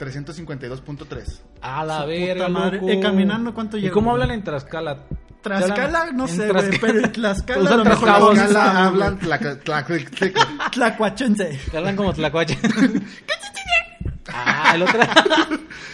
352.3. A la Su verga, puta madre. loco. Eh, caminando, ¿cuánto ¿Y llego, cómo güey? hablan en Tlaxcala? Tlaxcala, ¿Hablan no en Pues sé, güey, pero en Tlaxcala Usan a lo mejor trascabos. no saben, Tlaxcala güey. hablan tlaca- tlaca- Tlacuachense. Hablan como tlacuache. ah, el otro...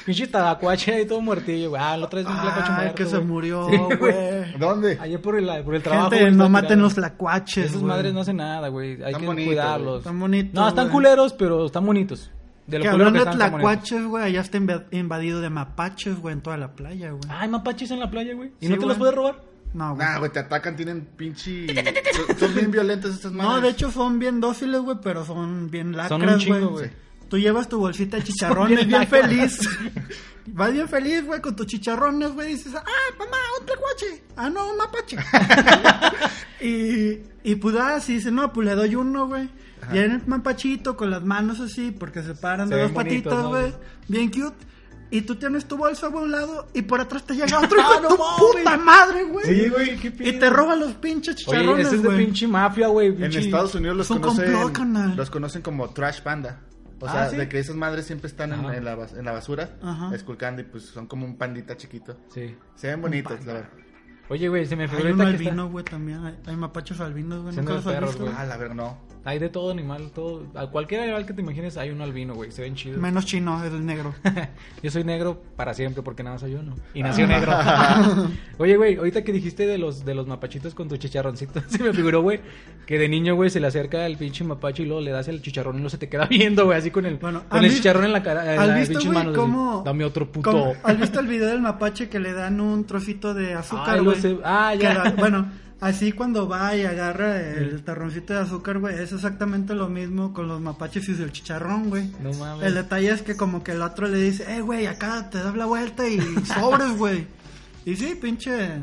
Pinche tlacuache ahí todo muertillo, güey. Ah, el otro es un tlacuache Ah, muerto, que se güey. murió, Sí, güey. ¿Dónde? Ayer por el, por el trabajo. Gente, güey, no estaba maten tirado. los tlacuaches, Esas güey. madres no hacen nada, güey. Hay Están que bonitos, cuidarlos. güey. Están bonitos, No, están güey. culeros, pero están bonitos. De Que culero hablando de están, están bonitos. tlacuaches, güey, allá está inv- invadido de mapaches, güey, en toda la playa, güey. Ay, mapaches en la playa, güey. ¿Y Sí, no te los güey. puedes robar? No, güey. Nah, güey, te atacan, tienen pinche. son- Son bien violentos estas madres. No, de hecho son bien dóciles, güey, pero son bien Son un lacras, chingo, güey. güey. Tú llevas tu bolsita de chicharrones bien bien lacras. feliz. Vas bien feliz, güey, con tus chicharrones, güey. Dices, ah, mamá, un tlacuache. Ah, no, un mapache. y, y pues, ah, sí, dice, no, pues le doy uno, güey. Viene el mapachito con las manos así, porque se paran Se de dos ven bonitos, patitas, ¿no? güey. Bien cute. Y tú tienes tu bolsa, güey, a un lado. Y por atrás te llega otro. hijo de Ah, no tu mames. puta madre, güey. Sí, güey, qué Y pedo. te roban los pinches chicharrones, Oye, güey. ese es de pinche mafia, güey. En pinche- Estados Unidos los Es un complot, conocen, carnal. los conocen como trash panda. O Ah, sea, ¿sí? de que esas madres siempre están en, Ajá. en la, bas- en la basura, Ajá. esculcando y pues son como un pandita chiquito. Sí. Se ven bonitos, la verdad. Oye, güey, se me figura Hay un ahorita que está... albino, güey, también. Hay, hay mapaches albinos, güey. Siendo Nunca los de has perros, visto. güey. Ah, la verdad, no. Hay de todo animal, todo... A cualquier animal que te imagines hay un albino, güey. Se ven chidos. Menos chino, es el negro. yo soy negro para siempre porque nada más soy uno. Y nació negro. Oye, güey, ahorita que dijiste de los, de los mapachitos con tu chicharroncito, se me figuró, güey, que de niño, güey, se le acerca el pinche mapacho y luego le das el chicharrón y luego se te queda viendo, güey, así con el, Bueno, con ¿has el visto- chicharrón en la cara, en ¿Has las visto, pinches güey, manos. así, cómo... Dame otro puto. cómo- ¿Has visto el video del mapache que le dan un trocito de azúcar, Ay, lo güey? sé. Ah, ya. Que la- bueno, así cuando va y agarra el tarroncito de azúcar, güey, es exactamente lo mismo con los mapaches y el chicharrón, güey. No mames. El detalle es que como que el otro le dice, eh, güey, acá te das la vuelta y sobres, güey. Y sí, pinche...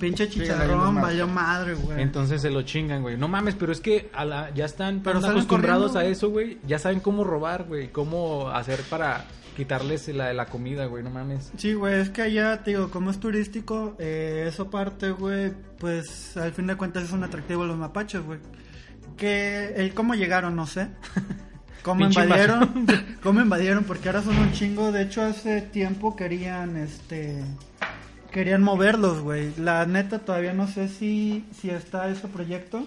Pinche los chicharrón, mapas. valió madre, güey. Entonces se lo chingan, güey. No mames, pero es que a la- ya están Pero tan salen acostumbrados corriendo, a güey. eso, güey. Ya saben cómo robar, güey. Cómo hacer para quitarles la, la comida, güey, no mames. Sí, güey, es que allá, te digo, como es turístico, eh, eso parte, güey, pues al fin de cuentas es un atractivo los mapaches, güey. Que el cómo llegaron, no sé. Cómo Pinche invadieron, cómo invadieron, porque ahora son un chingo. De hecho, hace tiempo querían, este, querían moverlos, güey. La neta, todavía no sé si, si está ese proyecto,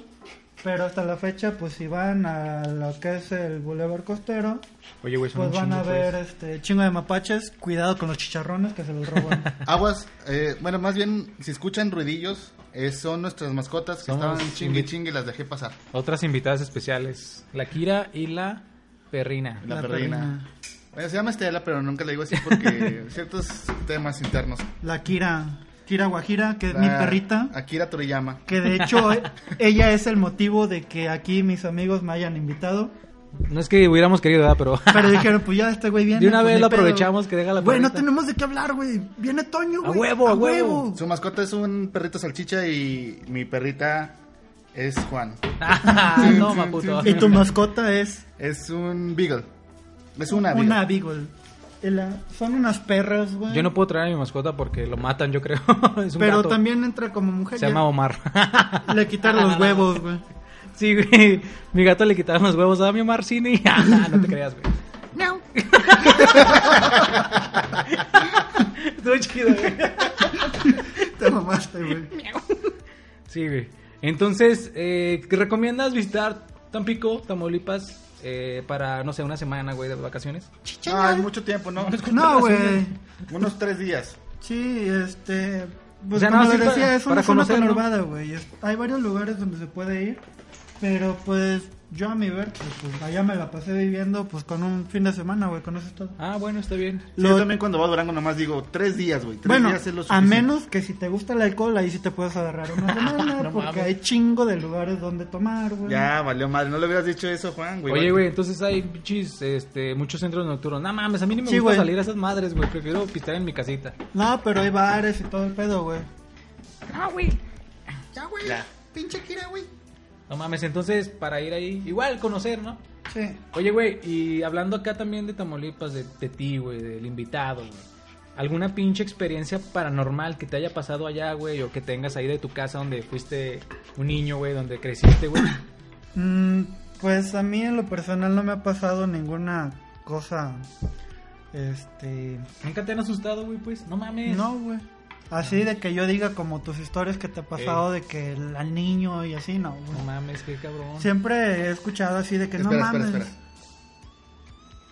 pero hasta la fecha, pues si van a lo que es el Boulevard Costero, Oye, güey, son pues un van chingo, a ver pues. este chingo de mapaches, cuidado con los chicharrones que se los roban. Aguas, eh, bueno, más bien, si escuchan ruidillos, eh, son nuestras mascotas que Somos estaban chingue invi- chingue, las dejé pasar. Otras invitadas especiales, la Kira y la Perrina. La, perrina. Bueno, se llama Estela, pero nunca le digo así porque ciertos temas internos. La Kira, Kira Guajira, que es La- mi perrita, Akira Toriyama. que de hecho eh, ella es el motivo de que aquí mis amigos me hayan invitado. No es que hubiéramos querido, ¿verdad? Pero Pero dijeron, pues ya este güey viene. De una vez pues, no lo hay pedo. aprovechamos, que deja la Güey, no perrita. tenemos de qué hablar, güey. Viene Toño, A güey. huevo, a huevo. Su mascota es un perrito salchicha y mi perrita es Juan. toma, puto. Y tu mascota es Es un beagle. Es una beagle. una beagle. Y la- ah, Son unas perras, güey. Yo no puedo traer a mi mascota porque lo matan, yo creo. Es un Pero gato. también entra como mujer. Se ya. llama Omar. Le quitaron los huevos, güey. Sí, güey. Mi gato le quitaron los huevos a mi Omar Cine. Ah, no te creas, güey. No. Estuvo chido, güey. Te mamaste, güey. Sí, güey. Entonces, eh, ¿qué ¿recomiendas visitar Tampico, Tamaulipas, eh, para, no sé, una semana, güey, de vacaciones? Ah, es mucho tiempo, ¿no? No, güey. Unos tres días. Sí, este. Pues O sea, nada como más les ir para- decía, es para una zona conocer, ¿no? conurbada, güey. Es- Hay varios lugares donde se puede ir. Pero pues yo a mi ver, pues, pues, allá me la pasé viviendo pues con un fin de semana, güey. Conoces todo. Ah, bueno, está bien. Sí, Lo- yo también cuando voy a Durango nomás digo tres días, güey. Tres bueno, días es lo a suficiente. menos que si te gusta el alcohol, ahí sí te puedes agarrar una semana. porque hay chingo de lugares donde tomar, güey. Ya, valió madre. No le hubieras dicho eso, Juan, güey. Oye, Vale. güey, entonces hay pinches, este, muchos centros nocturnos. No mames, a mí no me Sí, gusta güey. salir a esas madres, güey. Prefiero pistear en mi casita. No, pero hay bares y todo el pedo, güey. No, güey. Ya, güey. Pinche Kira, güey. No mames, entonces, para ir ahí, igual conocer, ¿no? Sí. Oye, güey, y hablando acá también de Tamaulipas, de, de ti, güey, del invitado, güey. ¿Alguna pinche experiencia paranormal que te haya pasado allá, güey? O que tengas ahí de tu casa donde fuiste un niño, güey, donde creciste, güey. Mm, pues a mí en lo personal no me ha pasado ninguna cosa. Este. ¿Nunca te han asustado, güey, pues? No mames. No, güey. Así de que yo diga como tus historias que te ha pasado de que el, al niño y así, no, güey. No mames, qué cabrón. Siempre he escuchado así de que no Espera, espera, mames. espera.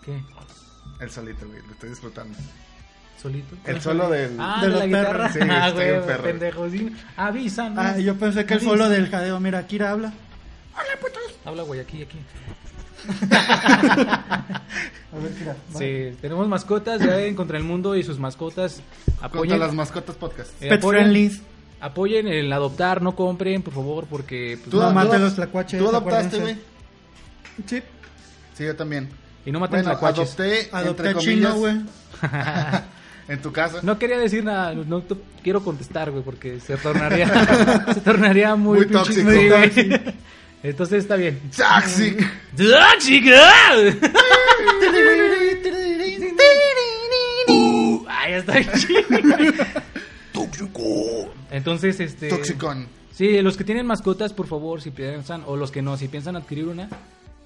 ¿Qué? El solito, güey. Lo estoy disfrutando. ¿Solito? El solo del... Ah, de de, los la guitarra. perros. Sí, ah, estoy güey, un perro. pendejo. sí. Avísanos. Ah, yo pensé que el solo del jadeo, mira, Akira habla. Habla, güey, aquí, aquí. A ver, Kira. va. Sí, eh, tenemos mascotas ya en Contra el Mundo y sus mascotas. Contra Apoyen, las mascotas podcast. eh, Pet apoyen- friendlies. Apoyen el adoptar, no compren, por favor, porque... pues, Tú- No ad- mates ad- los tlacuaches, ¿Tú adoptaste, acuérdense. güey? Sí, Sí, yo también. y no maten Bueno, tlacuaches. adopté, entre adopté comillas, chino, güey. en tu casa. No quería decir nada, no te- quiero contestar, güey, porque se tornaría, se tornaría muy, Muy pinche- tóxico. sí, güey. Entonces está bien. ¡Taxi! ¡Tóxica! Ay, está bien. Tóxico. Entonces, este... Toxicón. Sí, los que tienen mascotas, por favor, si piensan, o los que no, si piensan adquirir una,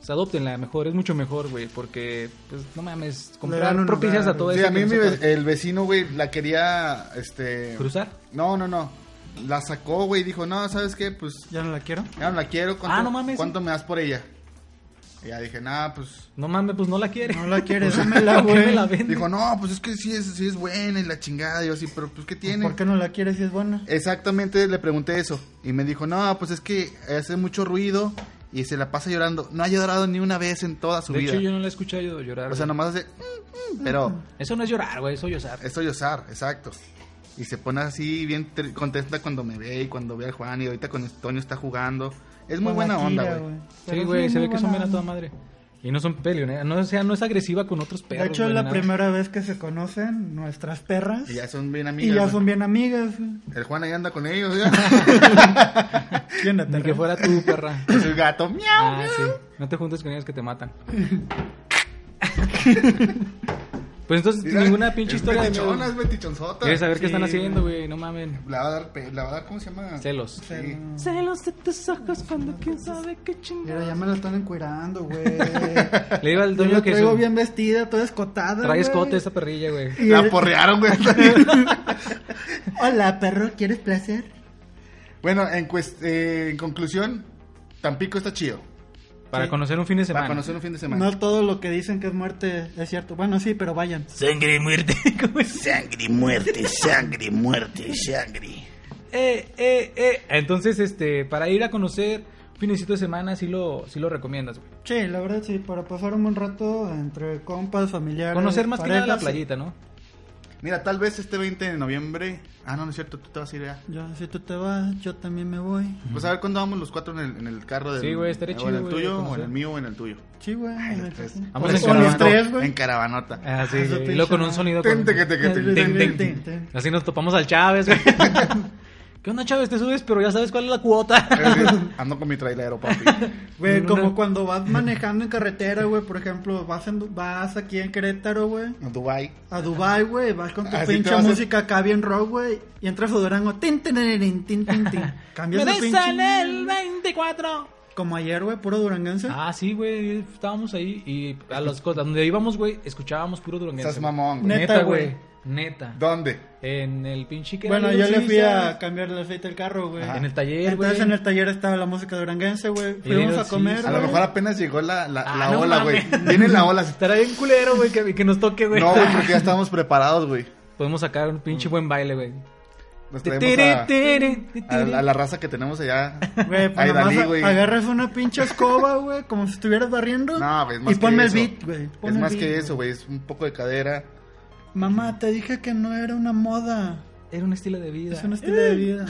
se adoptenla mejor, es mucho mejor, güey, porque, pues, no mames, dan comprar un propicias hogar, a todo Sí, eso. a que mí no mi se ve- puede. el vecino, güey, la quería, este... ¿Cruzar? No, no, no. La sacó, güey, dijo, no, ¿sabes qué? Pues ya no la quiero. ya no la quiero. ¿Cuánto, Ah, no mames. ¿cuánto me das por ella? Y ya dije, nada, pues... No mames, pues no la quiere. No la quieres, dámela, ¿Por qué me güey. la vende? Dijo, no, pues es que sí es, sí es buena y la chingada. Y yo así, pero pues ¿qué tiene? ¿Por qué no la quieres si es buena? Exactamente le pregunté eso. Y me dijo, no, pues es que hace mucho ruido y se la pasa llorando. No ha llorado ni una vez en toda su De vida. hecho, yo no la he escuchado yo llorar. O sea, güey. nomás hace... "Mm, mm", Pero Eso no es llorar, güey, eso es llorar. es sollozar, exacto. Y se pone así bien tri- contenta cuando me ve y cuando ve al Juan y ahorita con Toño está jugando. Es muy Con buena Akira, onda, güey. Sí, Pero güey, sí, se muy ve que son bien buena a toda onda. madre. Y no son peleoneras, no, o sea, no es agresiva con otros perros. De hecho, es güey, la nada. primera vez que se conocen nuestras perras. Y ya son bien Y amigas. ya güey. son bien amigas. güey. El Juan ahí anda con ellos. ¿ya? ¿Quién la Ni que terra? fuera tú, perra. es el gato. Miau. Ah, sí. No te juntes con ellos que te matan. Pues entonces Mira, ninguna pinche es historia de miedo. Metichona, es metichonzota. Quieres saber qué Sí. Ah. están haciendo, güey, no mamen. La va a dar, pe- la va a dar, ¿cómo se llama? Celos. Sí. Celos de tus ojos cuando quién sabe qué chingada. Mira, ya me la están encuerando, güey. Le digo al Yo la dueño que traigo su- bien vestida, toda escotada. trae güey. escote esa perrilla, güey. Y La el- porrearon, güey. Hola, perro, ¿quieres placer? bueno, en, cuest- eh, en conclusión, Tampico está chido. Para conocer un fin de semana. Para conocer un fin de semana. No todo lo que dicen que es muerte es cierto. Bueno, sí, pero vayan. Sangre y muerte. ¿Cómo es? Sangre, muerte, sangre, muerte, sangre. Eh, eh, eh. Entonces, este, para ir a conocer un finecito de semana sí lo, sí lo recomiendas, güey. Sí, la verdad sí, para pasar un buen rato entre compas, familiares. Conocer más que nada la parejas. playita, ¿no? Mira, tal vez este 20 de noviembre. Ah, no, no es cierto, tú te vas a ir allá. Yo, si tú te vas, yo también me voy. Pues a ver cuándo vamos los cuatro en el, en el carro del. Sí, güey, estaría o chido, en el güey, tuyo, o conocer. en el mío, o en el tuyo. Sí, güey. tres. Vamos en O los caravana. tres, güey. En caravanota. Ah, sí, Ah, güey. su Y luego con pinche un sonido Ten, con- te, que, te, que, te. Ten, ten, Ten, ten. ten. Así nos topamos al Chávez, güey. ¿Qué onda, Chávez? Te subes, pero ya sabes cuál es la cuota. Ando con mi trailero, papi. Güey, Una- como cuando vas manejando en carretera, güey, por ejemplo, vas, en, vas aquí en Querétaro, güey, A Dubai. a Dubai, güey, vas con tu Así te pinche vas a- música acá bien rock, güey, y entras a Durango, tin, tin, tin, tin, tin, tin. Cambias Me de besan pinche... el 24. Como ayer, güey, puro duranguense. Ah, sí, güey. Estábamos ahí y a las cosas donde íbamos, güey, escuchábamos puro duranguense. Estás güey. mamón, güey. Neta, Neta, güey. güey. Neta. ¿Dónde? En el pinche que bueno, era yo el le fui a Suiza, cambiar el aceite del carro, güey. Ah. En el taller, güey. Entonces en el taller estaba la música duranguense, güey. Fuimos Little a comer, A lo güey. mejor apenas llegó la, la, Ah, la no ola, güey. mames. Viene la ola. así. Estará bien culero, güey, que, que nos toque, güey. No, güey, porque ya estábamos preparados, güey. Podemos sacar un pinche buen baile, güey. Nos traemos a, a, a Pero la raza que tenemos allá. Güey, pues Ay, nomás Dalí, a- güey. agarras una pinche escoba, güey, como si estuvieras barriendo. No, güey, es más y que ponme eso. el beat, güey. Es ponme el más beat, que güey. eso, güey. Es un poco de cadera. Mamá, te dije que no era una moda. Era un estilo de vida. Es un estilo de vida.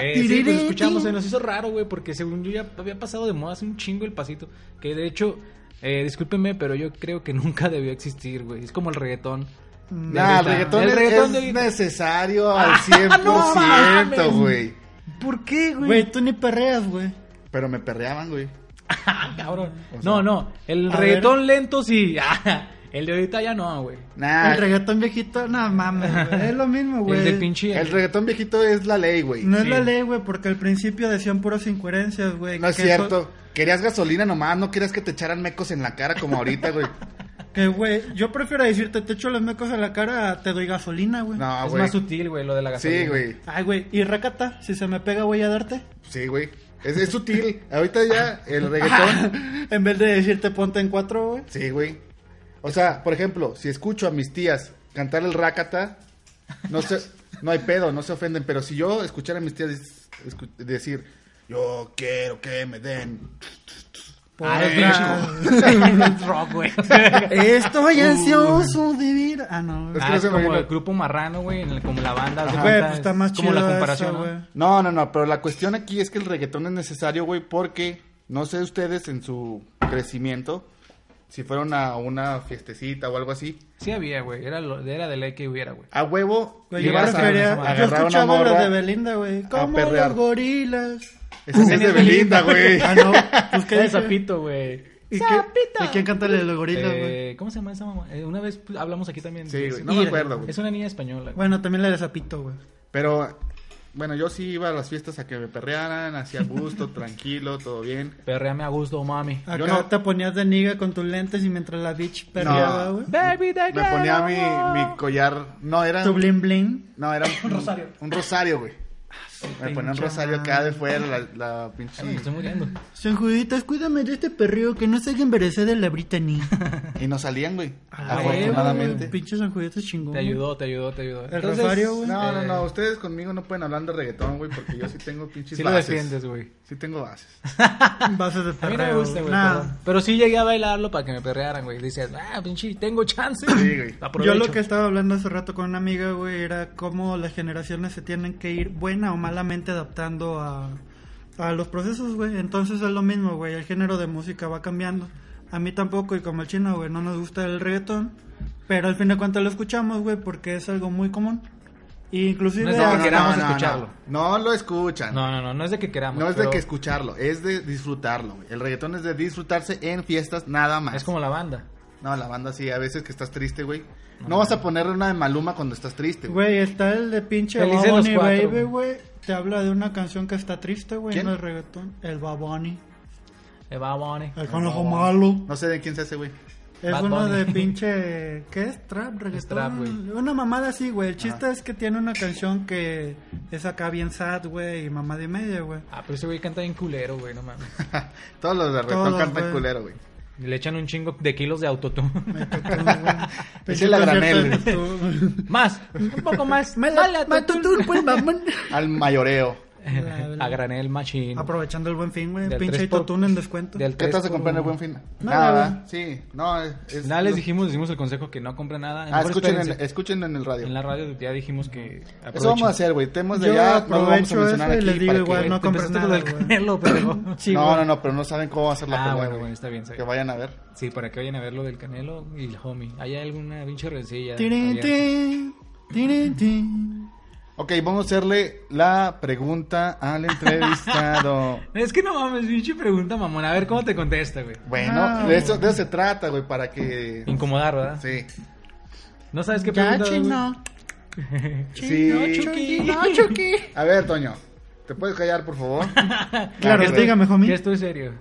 Eh, sí, pues escuchamos, se nos hizo raro, güey, porque según yo ya había pasado de moda hace un chingo el pasito. Que de hecho, eh, discúlpenme, pero yo creo que nunca debió existir, güey. Es como el reggaetón. Mm, De Nah, el ahorita. reggaetón, El es- reggaetón es de- necesario al no 100%, mames. güey. ¿Por qué, Güey, tú ni perreas, güey. Pero me perreaban, güey. Ah, cabrón. no, no. El A reggaetón lento sí. Ah, el de ahorita ya no, güey. Nah, El reggaetón viejito, no mames, güey. Es lo mismo, güey. El de pinche. el reggaetón viejito es la ley, güey. No es la ley, güey, porque al principio decían puras incoherencias, güey. No es que cierto. Querías gasolina nomás, no querías que te echaran mecos en la cara como ahorita, güey. eso- que, güey, yo prefiero decirte, te echo los mecos a la cara, te doy gasolina, güey. No, es güey. más sutil, güey, lo de la gasolina. Sí, güey. Ay, güey, y racata, si se me pega, voy a darte. Sí, güey. Es, es sutil. Ahorita ya el reggaetón. en vez de decirte ponte en cuatro, güey. Sí, güey. O sea, por ejemplo, si escucho a mis tías cantar el rácata, no se, no hay pedo, no se ofenden. Pero si yo escuchara a mis tías des- escu- decir, yo quiero que me den. Ah, el Pobre- pinche- es rock, güey. Estoy ansioso de vivir. Ah, no. güey. Es que Ah, no es se me como viene. el grupo marrano, güey, en el- como la banda. haz de cuenta, Güey, pues Ah, es está más chido. Como la comparación, esa, ¿no? güey. No, no, no, pero la cuestión aquí es que el reggaetón es necesario, güey, porque no sé ustedes en su crecimiento, si fueron a una fiestecita o algo así, Sí había, güey. Era, lo- era de ley que hubiera, güey. a huevo Güey, yo, Llevas ibas a, prefería, a yo agarrar una escuchaba morra. las de Belinda, güey. Como perrear. los gorilas. Esa sí es de Belinda, güey. Ah, no. Pues Era de qué. sapito, güey. ¿Y qué? ¿De quién canta la de los gorilas, güey? Eh, ¿Cómo se llama esa mamá? Eh, una vez pues, hablamos aquí también. de Sí, eso. güey, no me Mira. acuerdo, güey. Es una niña española. güey. Bueno, también la de Zapito, güey. Pero, bueno, yo sí iba a las fiestas a que me perrearan, hacía gusto, tranquilo, todo bien. Perréame a gusto, mami. Acá Yo no- te ponías de niga con tus lentes y mientras la bitch perreaba, güey. Baby, te Me ponía quiero. mi, mi collar, no, era... Tu bling bling. No, era un, rosario. Un rosario, güey. Ah, Me ponía un rosario acá de fuera, la, la pinche... Me estoy muriendo. San Juditas, cuídame de este perrío que no se haya embarazada de la Brittany. Y no salían, güey. Ah, güey, Afortunadamente. Pinche San Juditas chingón. Te ayudó, te ayudó, te ayudó. El rosario, güey. No, no, Eh. no, ustedes conmigo no pueden hablar de reggaetón, güey, porque yo sí tengo pinches Sí lo bases. defiendes, güey. Sí tengo bases. Bases de A mí perreo. no me gusta, güey. Nah. perdón. Pero sí llegué a bailarlo para que me perrearan, güey. Dices, ah, pinche, tengo chance. Sí, güey. Aprovecho. Yo lo que estaba hablando hace rato con una amiga, güey, era cómo las generaciones se tienen que ir buena o malamente adaptando a, a los procesos, güey. Entonces es lo mismo, güey, el género de música va cambiando. A mí tampoco, y como el chino, güey, no nos gusta el reggaetón, pero al fin de cuentas lo escuchamos, güey, porque es algo muy común. Y inclusive... No es de que hasta- queramos escucharlo. No, lo escuchan. No, No, no, no, no es de que queramos. es de pero que escucharlo, es de disfrutarlo. güey. El reggaetón es de disfrutarse en fiestas nada más. Es como la banda. No, la banda sí, a veces que estás triste, güey. No vas a ponerle una de Maluma cuando estás triste, güey. Güey, está el de pinche Felices los Baboni cuatro, Baby, güey. Te habla de una canción que está triste, güey, ¿Quién? no es reggaetón. El Baboni. De Bad Bunny. El con ojo malo. No sé de quién se hace, güey. Es Bad uno Bunny. de pinche. ¿Qué es? Trap, reggaetón. trap, güey. Una mamada así, güey. El Ah. chiste es que tiene una canción que es acá bien sad, güey, y mamá de media, güey. Ah, pero ese güey canta bien culero, güey, no mames. Todos los de reggaetón Todos, cantan güey. culero, güey. Le echan un chingo de kilos de autotune. Me tocó, güey. Es el Agranel, Pinche concierto de tú. más, un poco más. Dale a tu- Matutún, pues, mamón. Al mayoreo. a granel machín. Aprovechando el buen fin, güey. Del Pinche tres por- Totún en descuento. del Ah, ¿Qué tres estás a por comprar en el uno. buen fin? Nada, Nada, sí. No, es. Nada, les los- dijimos, les dimos el consejo que no compren nada. Ah, Mejor escuchen en, espérense. escuchen en el radio. En la radio ya dijimos que aprovechen. Eso vamos a hacer, güey. Temas de Yo allá no lo vamos a aprovecho mencionar eso y aquí. les digo para igual, que- no Te empezaste compres con lo del nada, canelo, pero... Sí, no, güey. no, no, pero no saben cómo va a ser la Ah, promo, bueno, güey. bueno, está bien, está Que bien. vayan a ver. Sí, para que vayan a ver lo del canelo y el homie. Hay alguna pinche rencilla. Tirin, abierta. tin, tirin, tin. Ok, vamos a hacerle la pregunta al entrevistado. Es que no mames, pinche pregunta, mamón. A ver cómo te contesta, güey. bueno, Ah, de, eso, de eso se trata, güey, para que... Incomodar, ¿verdad? Sí. No sabes qué Ya, pregunta. güey? chino. Sí. Chucky. No, Chucky. A ver, Toño, ¿te puedes callar, por favor? Claro, güey. dígame, Que homie. esto es serio.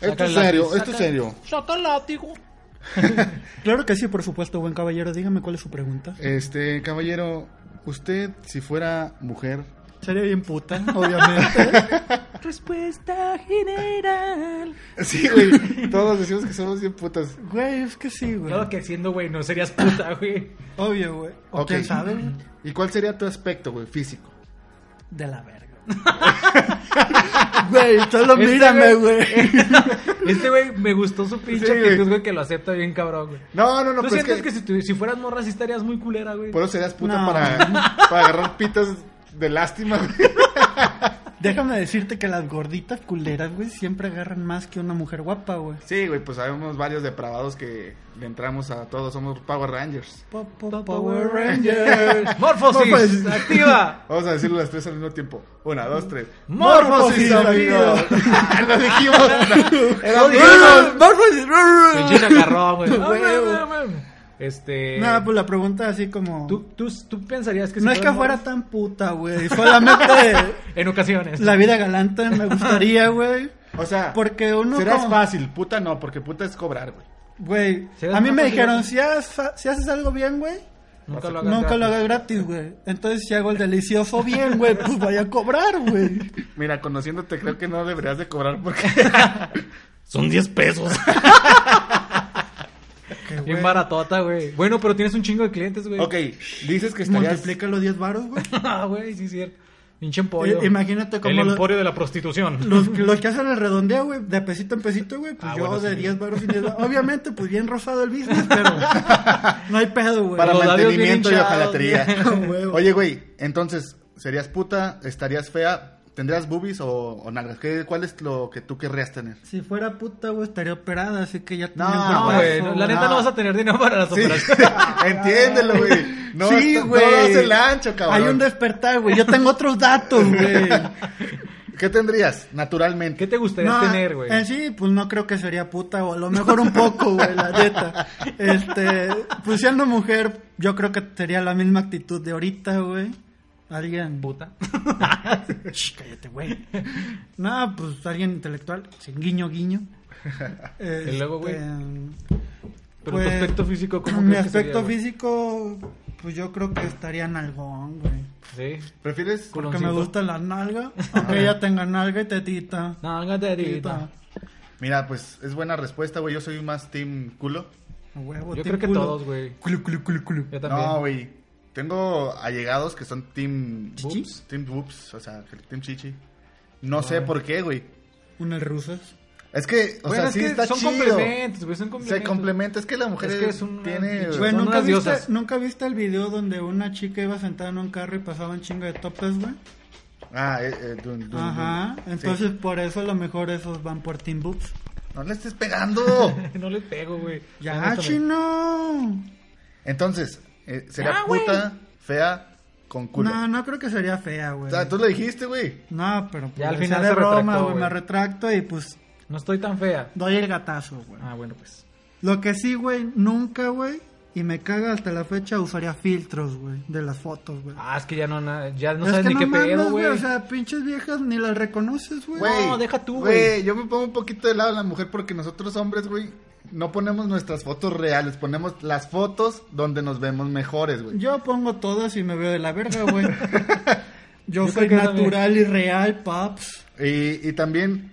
Esto Saca es el lápiz, serio, esto saca- es serio. Saca el látigo. Claro que sí, por supuesto, buen caballero. Dígame cuál es su pregunta. Este, caballero, usted, si fuera mujer... Sería bien puta, obviamente. Respuesta general. Sí, güey, todos decimos que somos bien putas. Güey, es que sí, güey. Claro que siendo, güey, no serías puta, güey. Obvio, güey. O Ok. quién sabe, güey. ¿Y cuál sería tu aspecto, güey, físico? De la verga. Güey, solo Este mírame, güey- güey. Este güey me gustó su pinche Sí, güey. actitud, güey, que lo acepta bien cabrón, güey. No, no, no, ¿Tú pues pero es sientes que... que, si, tu- si fueras morra sí estarías muy culera, güey? Por eso serías puta No. para, para agarrar pitas de lástima, güey. Déjame decirte que las gorditas culeras, güey, siempre agarran más que una mujer guapa, güey. Sí, güey, pues sabemos varios depravados que le entramos a todos, somos Power Rangers. Po- po- Power Power Rangers. ¡Morfosis! Morfosis. ¡Activa! Vamos a decirlo las tres al mismo tiempo. Una, dos, tres. ¡Morfosis, Morfosis, amigo! amigo. Lo dijimos. ¡No Morfosis. Pinche chacarrón, güey. Güey, güey. Ah, güey, güey. Este... Nada, pues la pregunta así como... ¿tú, tú, tú pensarías que si no es que fueras fuera morra- tan puta, güey. Solamente En ocasiones. la vida galante me gustaría, güey. O sea, Porque uno serás como- fácil, puta no, porque puta es cobrar, güey. Güey, Serás a mí más me fácil, dijeron, güey. si haces, si haces algo bien, güey, Nunca lo hagas. nunca lo gratis. hagas gratis, güey. Entonces, si hago el delicioso bien, güey, pues vaya a cobrar, güey. Mira, conociéndote creo que no deberías de cobrar porque Son 10 pesos. Que, Bien güey, baratota, güey. Bueno, pero tienes un chingo de clientes, güey. Ok, dices que estarías Multiplica los 10 varos, güey. Ah, güey, sí es cierto. Pinche emporio. Eh, imagínate cómo El lo- emporio de la prostitución. Los, los que hacen el redondeo, güey, de pesito en pesito, güey, pues Ah, yo bueno, de sí. 10 varos y 10 varos. Obviamente, pues bien rosado el business, pero no hay pedo, güey. para Los labios bien mantenimiento y hinchados, ojalatería. güey. Huevo. Oye, güey, entonces, ¿serías puta? ¿Estarías fea? ¿Tendrías boobies o, o nalgas? ¿Qué- ¿Cuál es lo que tú querrías tener? Si fuera puta, güey, estaría operada, así que ya No, tenía un No, cuerpazo, güey. no, La neta no. no vas a tener dinero para las Sí, operaciones. entiéndelo, güey. No, sí, está- güey. No das el ancho, cabrón. Hay un despertar, güey. Yo tengo otros datos, güey. ¿Qué tendrías? Naturalmente. ¿Qué te gustaría No, tener, güey? En sí, pues no creo que sería puta, o a lo mejor un poco, güey, la neta. Este, pues siendo mujer, yo creo que sería la misma actitud de ahorita, güey. Alguien. Puta. Shh, cállate, güey. No, pues alguien intelectual. sin guiño, guiño. Y luego, güey. Este, Pero pues, tu aspecto físico, ¿cómo Mi crees que aspecto sería, güey? físico, pues yo creo que estaría nalgón, güey. Sí. ¿Prefieres? Porque me Culoncito. gusta la nalga. Aunque ella tenga nalga y tetita. No, no te Tetita. digo. Mira, pues es buena respuesta, güey. Yo soy más team culo. A Huevo, Yo ten creo que culo. todos, güey. Culo, culo, culo, culo. Yo también. No, güey. Tengo allegados que son team ¿Chichi? boobs, team boobs, o sea, que- team chichi. No Ah. sé por qué, güey. Unas rusas. Es que, o Bueno, sea, es sí que está son chido. complementos, güey. Son Se complementos. complementa, es que la mujer Es que es una tiene pinche- Güey, son ¿nunca unas viste, diosas. ¿nunca viste el video donde una chica iba sentada en un carro y pasaba un chingo de topes, güey? Ah, eh, eh, dun, dun, dun. Ajá. Sí. Entonces, por eso a lo mejor esos van por Team Boobs. No le estés pegando. No le pego, güey. Ya, Honestamente. chino. Entonces, eh, sería Ya, Ah, güey. puta, fea, con culo. No, no creo que sería fea, güey. O sea, tú lo dijiste, güey. No, pero pues, Ya al le final hice se de retractó, Roma, güey. güey. Me retracto y pues No estoy tan fea. doy el gatazo, güey. Ah, bueno, pues. Lo que sí, güey, nunca, güey, y me caga hasta la fecha, usaría filtros, güey, de las fotos, güey. Ah, es que ya no, na- ya no Es sabes que ni qué mames, pedo, güey. O sea, pinches viejas ni las reconoces, güey. Güey, No, deja tú, güey. Yo me pongo un poquito de lado a la mujer porque nosotros hombres, güey, no ponemos nuestras fotos reales, ponemos las fotos donde nos vemos mejores, güey. Yo pongo todas y me veo de la verga, güey. Yo Yo, soy creo que también. natural y real, paps. Y, y también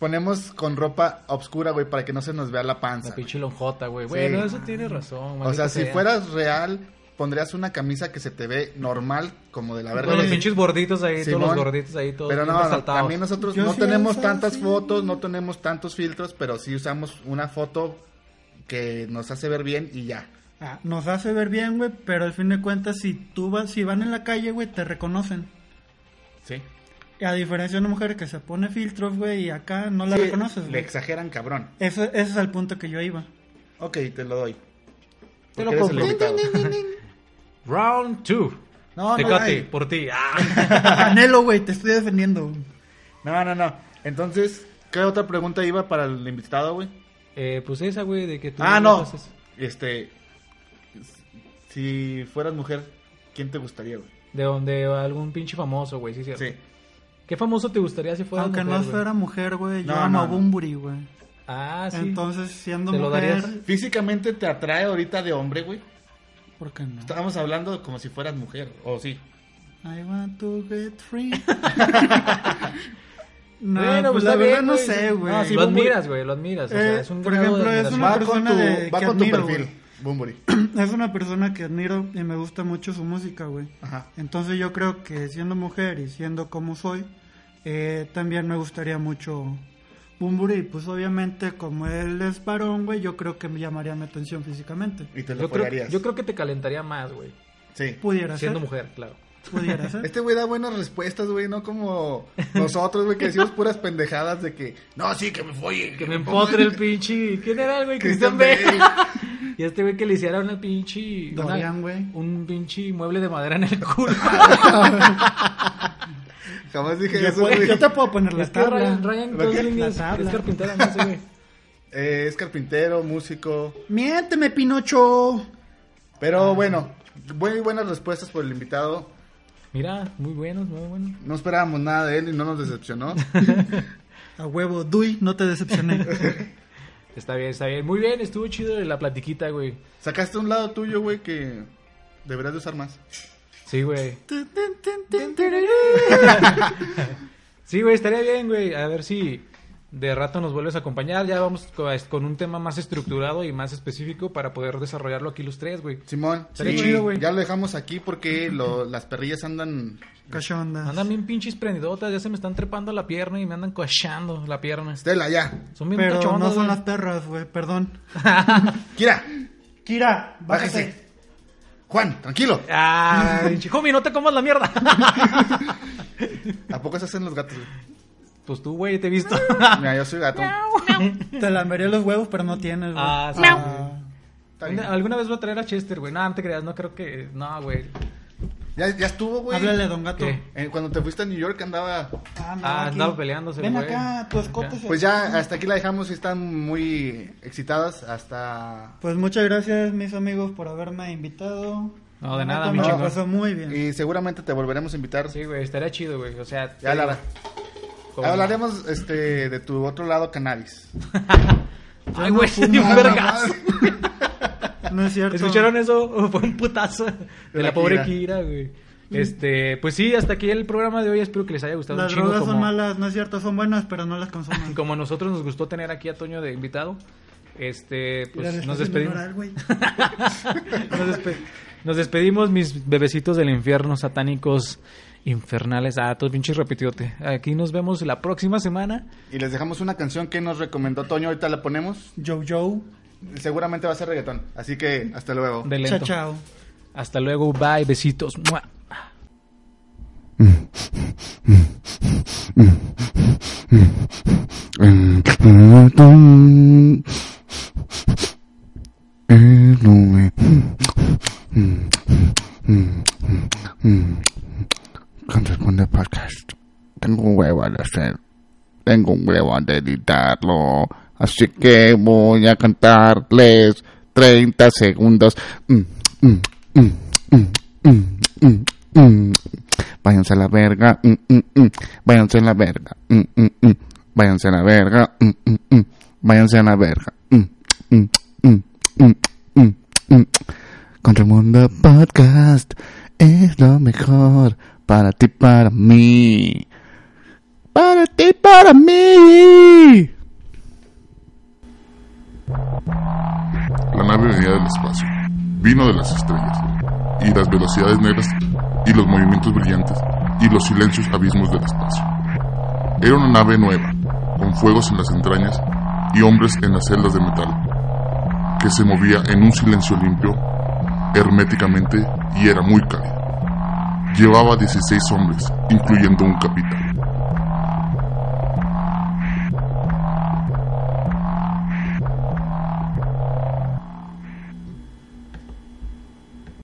ponemos con ropa obscura, güey, para que no se nos vea la panza. La pinche lonjota, güey. Bueno, eso tiene razón, güey. o sea, maldita si sea. fueras real, pondrías una camisa que se te ve normal, como de la verga. Con los güey. pinches gorditos ahí, Simón. todos los gorditos ahí, todos Pero bien no, no, resaltados. también nosotros Yo no sí tenemos uso, tantas sí. fotos, no tenemos tantos filtros, pero sí usamos una foto que nos hace ver bien y ya. Ah, nos hace ver bien, güey, pero al fin de cuentas, si tú vas, si van en la calle, güey, te reconocen. Sí. A diferencia de una mujer que se pone filtros, güey, y acá no la reconoces, Le güey. exageran, cabrón. Eso, ese es el punto que yo iba. Ok, te lo doy. Te Porque lo eres el compro. invitado. Round 2. No, no, Tecate, ay. por ti. Ah. Anhelo, güey, te estoy defendiendo. güey. No, no, no. Entonces, ¿qué otra pregunta iba para el invitado, güey? Eh, pues esa, güey, de que tú... Ah, no. haces- Este. Si fueras mujer, ¿quién te gustaría, güey? De donde algún pinche famoso, güey, sí, cierto. Sí. ¿Qué famoso te gustaría si fuera Aunque mujer, no güey? fuera mujer, güey, yo No, amo no, a no. Bumburi, güey. Ah, sí. Entonces, siendo ¿Te lo mujer, darías? ¿Físicamente te atrae ahorita de hombre, güey? ¿por qué no? Estábamos hablando como si fueras mujer, o sí. I want to get free. no, Bueno, pues pues la está verdad bien, no güey. sé, güey. No, sí, lo admiras, güey, lo admiras. O sea, Eh, es un por grado de ejemplo, es admiración. una persona de- va que con tu admiro, perfil, güey. Bumburi. Es una persona que admiro y me gusta mucho su música, güey. Ajá. Entonces yo creo que siendo mujer y siendo como soy, eh, también me gustaría mucho Bumburi. Pues obviamente como él es varón, güey, yo creo que me llamaría mi atención físicamente. Y te lo Yo creo, follarías. yo creo que te calentaría más, güey. Sí. Pudiera Siendo ser. mujer, claro. Pudiera ser. Este güey da buenas respuestas, güey, no como nosotros, güey, que decimos puras pendejadas de que, no, sí, que me folle. Que me empotre el pinche. ¿Quién era, güey? Christian Cristian B. Bale. y este güey que le hiciera una pinche. una- Dorian, güey. Un pinche mueble de madera en el culo. Jamás dije Yo, eso, puedo- güey. yo te puedo poner la es que tabla. Ryan, Ryan La Gosling tabla. es, es carpintero, no sé, güey. Eh, es carpintero, músico. Miénteme, Pinocho. Ah. Pero bueno, muy buenas respuestas por el invitado. Mira, muy buenos, muy buenos. No esperábamos nada de él y no nos decepcionó. A huevo, Dui, no te decepcioné. Está bien, está bien. Muy bien, estuvo chido la platiquita, güey. Sacaste un lado tuyo, güey, que deberías de usar más. Sí, güey. Sí, güey, estaría bien, güey. A ver si de rato nos vuelves a acompañar. Ya vamos co- con un tema más estructurado y más específico para poder desarrollarlo aquí los tres, güey. Simón, Estaría sí, chido, güey. ya lo dejamos aquí porque lo- las perrillas andan... Cachonda. Andan bien pinches prendidotas, ya se me están trepando la pierna y me andan coachando la pierna. Estela, ya. Son bien Este, Pero no cachondas, son güey. las perras, güey, perdón. Kira, Kira, bájate. bájese. Juan, tranquilo. Ah, pinche homie, no te comas la mierda. ¿A poco se hacen los gatos, güey? Pues tú, güey, te he visto. Mira, yo soy gato. Te lamería los huevos, pero no tienes, güey. Ah, sí. Ah, Está bien. Alguna vez voy a traer a Chester, güey. No, no te creas, no creo que. No, güey. Ya, ya estuvo, güey. háblale, don gato. ¿Qué? Eh, cuando te fuiste a New York andaba... Ah, no, Ah, aquí. andaba peleándose, Ven güey. acá, tu escote se- Pues ya, hasta aquí la dejamos y están muy excitadas hasta... Pues muchas gracias, mis amigos, por haberme invitado. No, de La nada, neta, mi me la chingón. pasó muy bien. Y seguramente te volveremos a invitar. Sí, güey, estaría chido, güey. O sea, Ya, te Lara. digo, como- Hablaremos este, de tu otro lado, cannabis. Ay, güey, fumo, di un no, vergazo. No es cierto. ¿Escucharon eso? Fue un putazo de la, la pobre Kira. Kira, güey. Este, pues sí, hasta aquí el programa de hoy. Espero que les haya gustado Las un chingo drogas como, son malas, no es cierto, son buenas, pero no las consuman. como a nosotros nos gustó tener aquí a Toño de invitado. Este, Mira, pues le nos estás despedimos. haciendo llorar, güey. Nos, despe- nos despedimos, mis bebecitos del infierno, satánicos, infernales. Ah, todo pinche repetidote. Aquí nos vemos la próxima semana. Y les dejamos una canción que nos recomendó Toño, ahorita la ponemos. Yo, yo. Seguramente va a ser reggaetón. Así que hasta luego. De lento. Chao, chao. Hasta luego, bye, besitos. ¡Mua! Responde podcast. Tengo un huevo de hacer. Tengo un huevo de editarlo. Así que voy a cantarles 30 segundos. Mm, mm, mm, mm, mm, mm, mm. Váyanse a la verga. Mm, mm, mm. Váyanse a la verga. Mm, mm, mm. Váyanse a la verga. Mm, mm, mm. Váyanse a la verga. Mm, mm, mm, mm, mm, mm. Con Raimundo Podcast es lo mejor para ti, para mí. Para ti, para mí. La nave venía del espacio, vino de las estrellas, y las velocidades negras, y los movimientos brillantes, y los silencios abismos del espacio. Era una nave nueva, con fuegos en las entrañas y hombres en las celdas de metal, que se movía en un silencio limpio, herméticamente, y era muy cálida. Llevaba 16 hombres, incluyendo un capitán.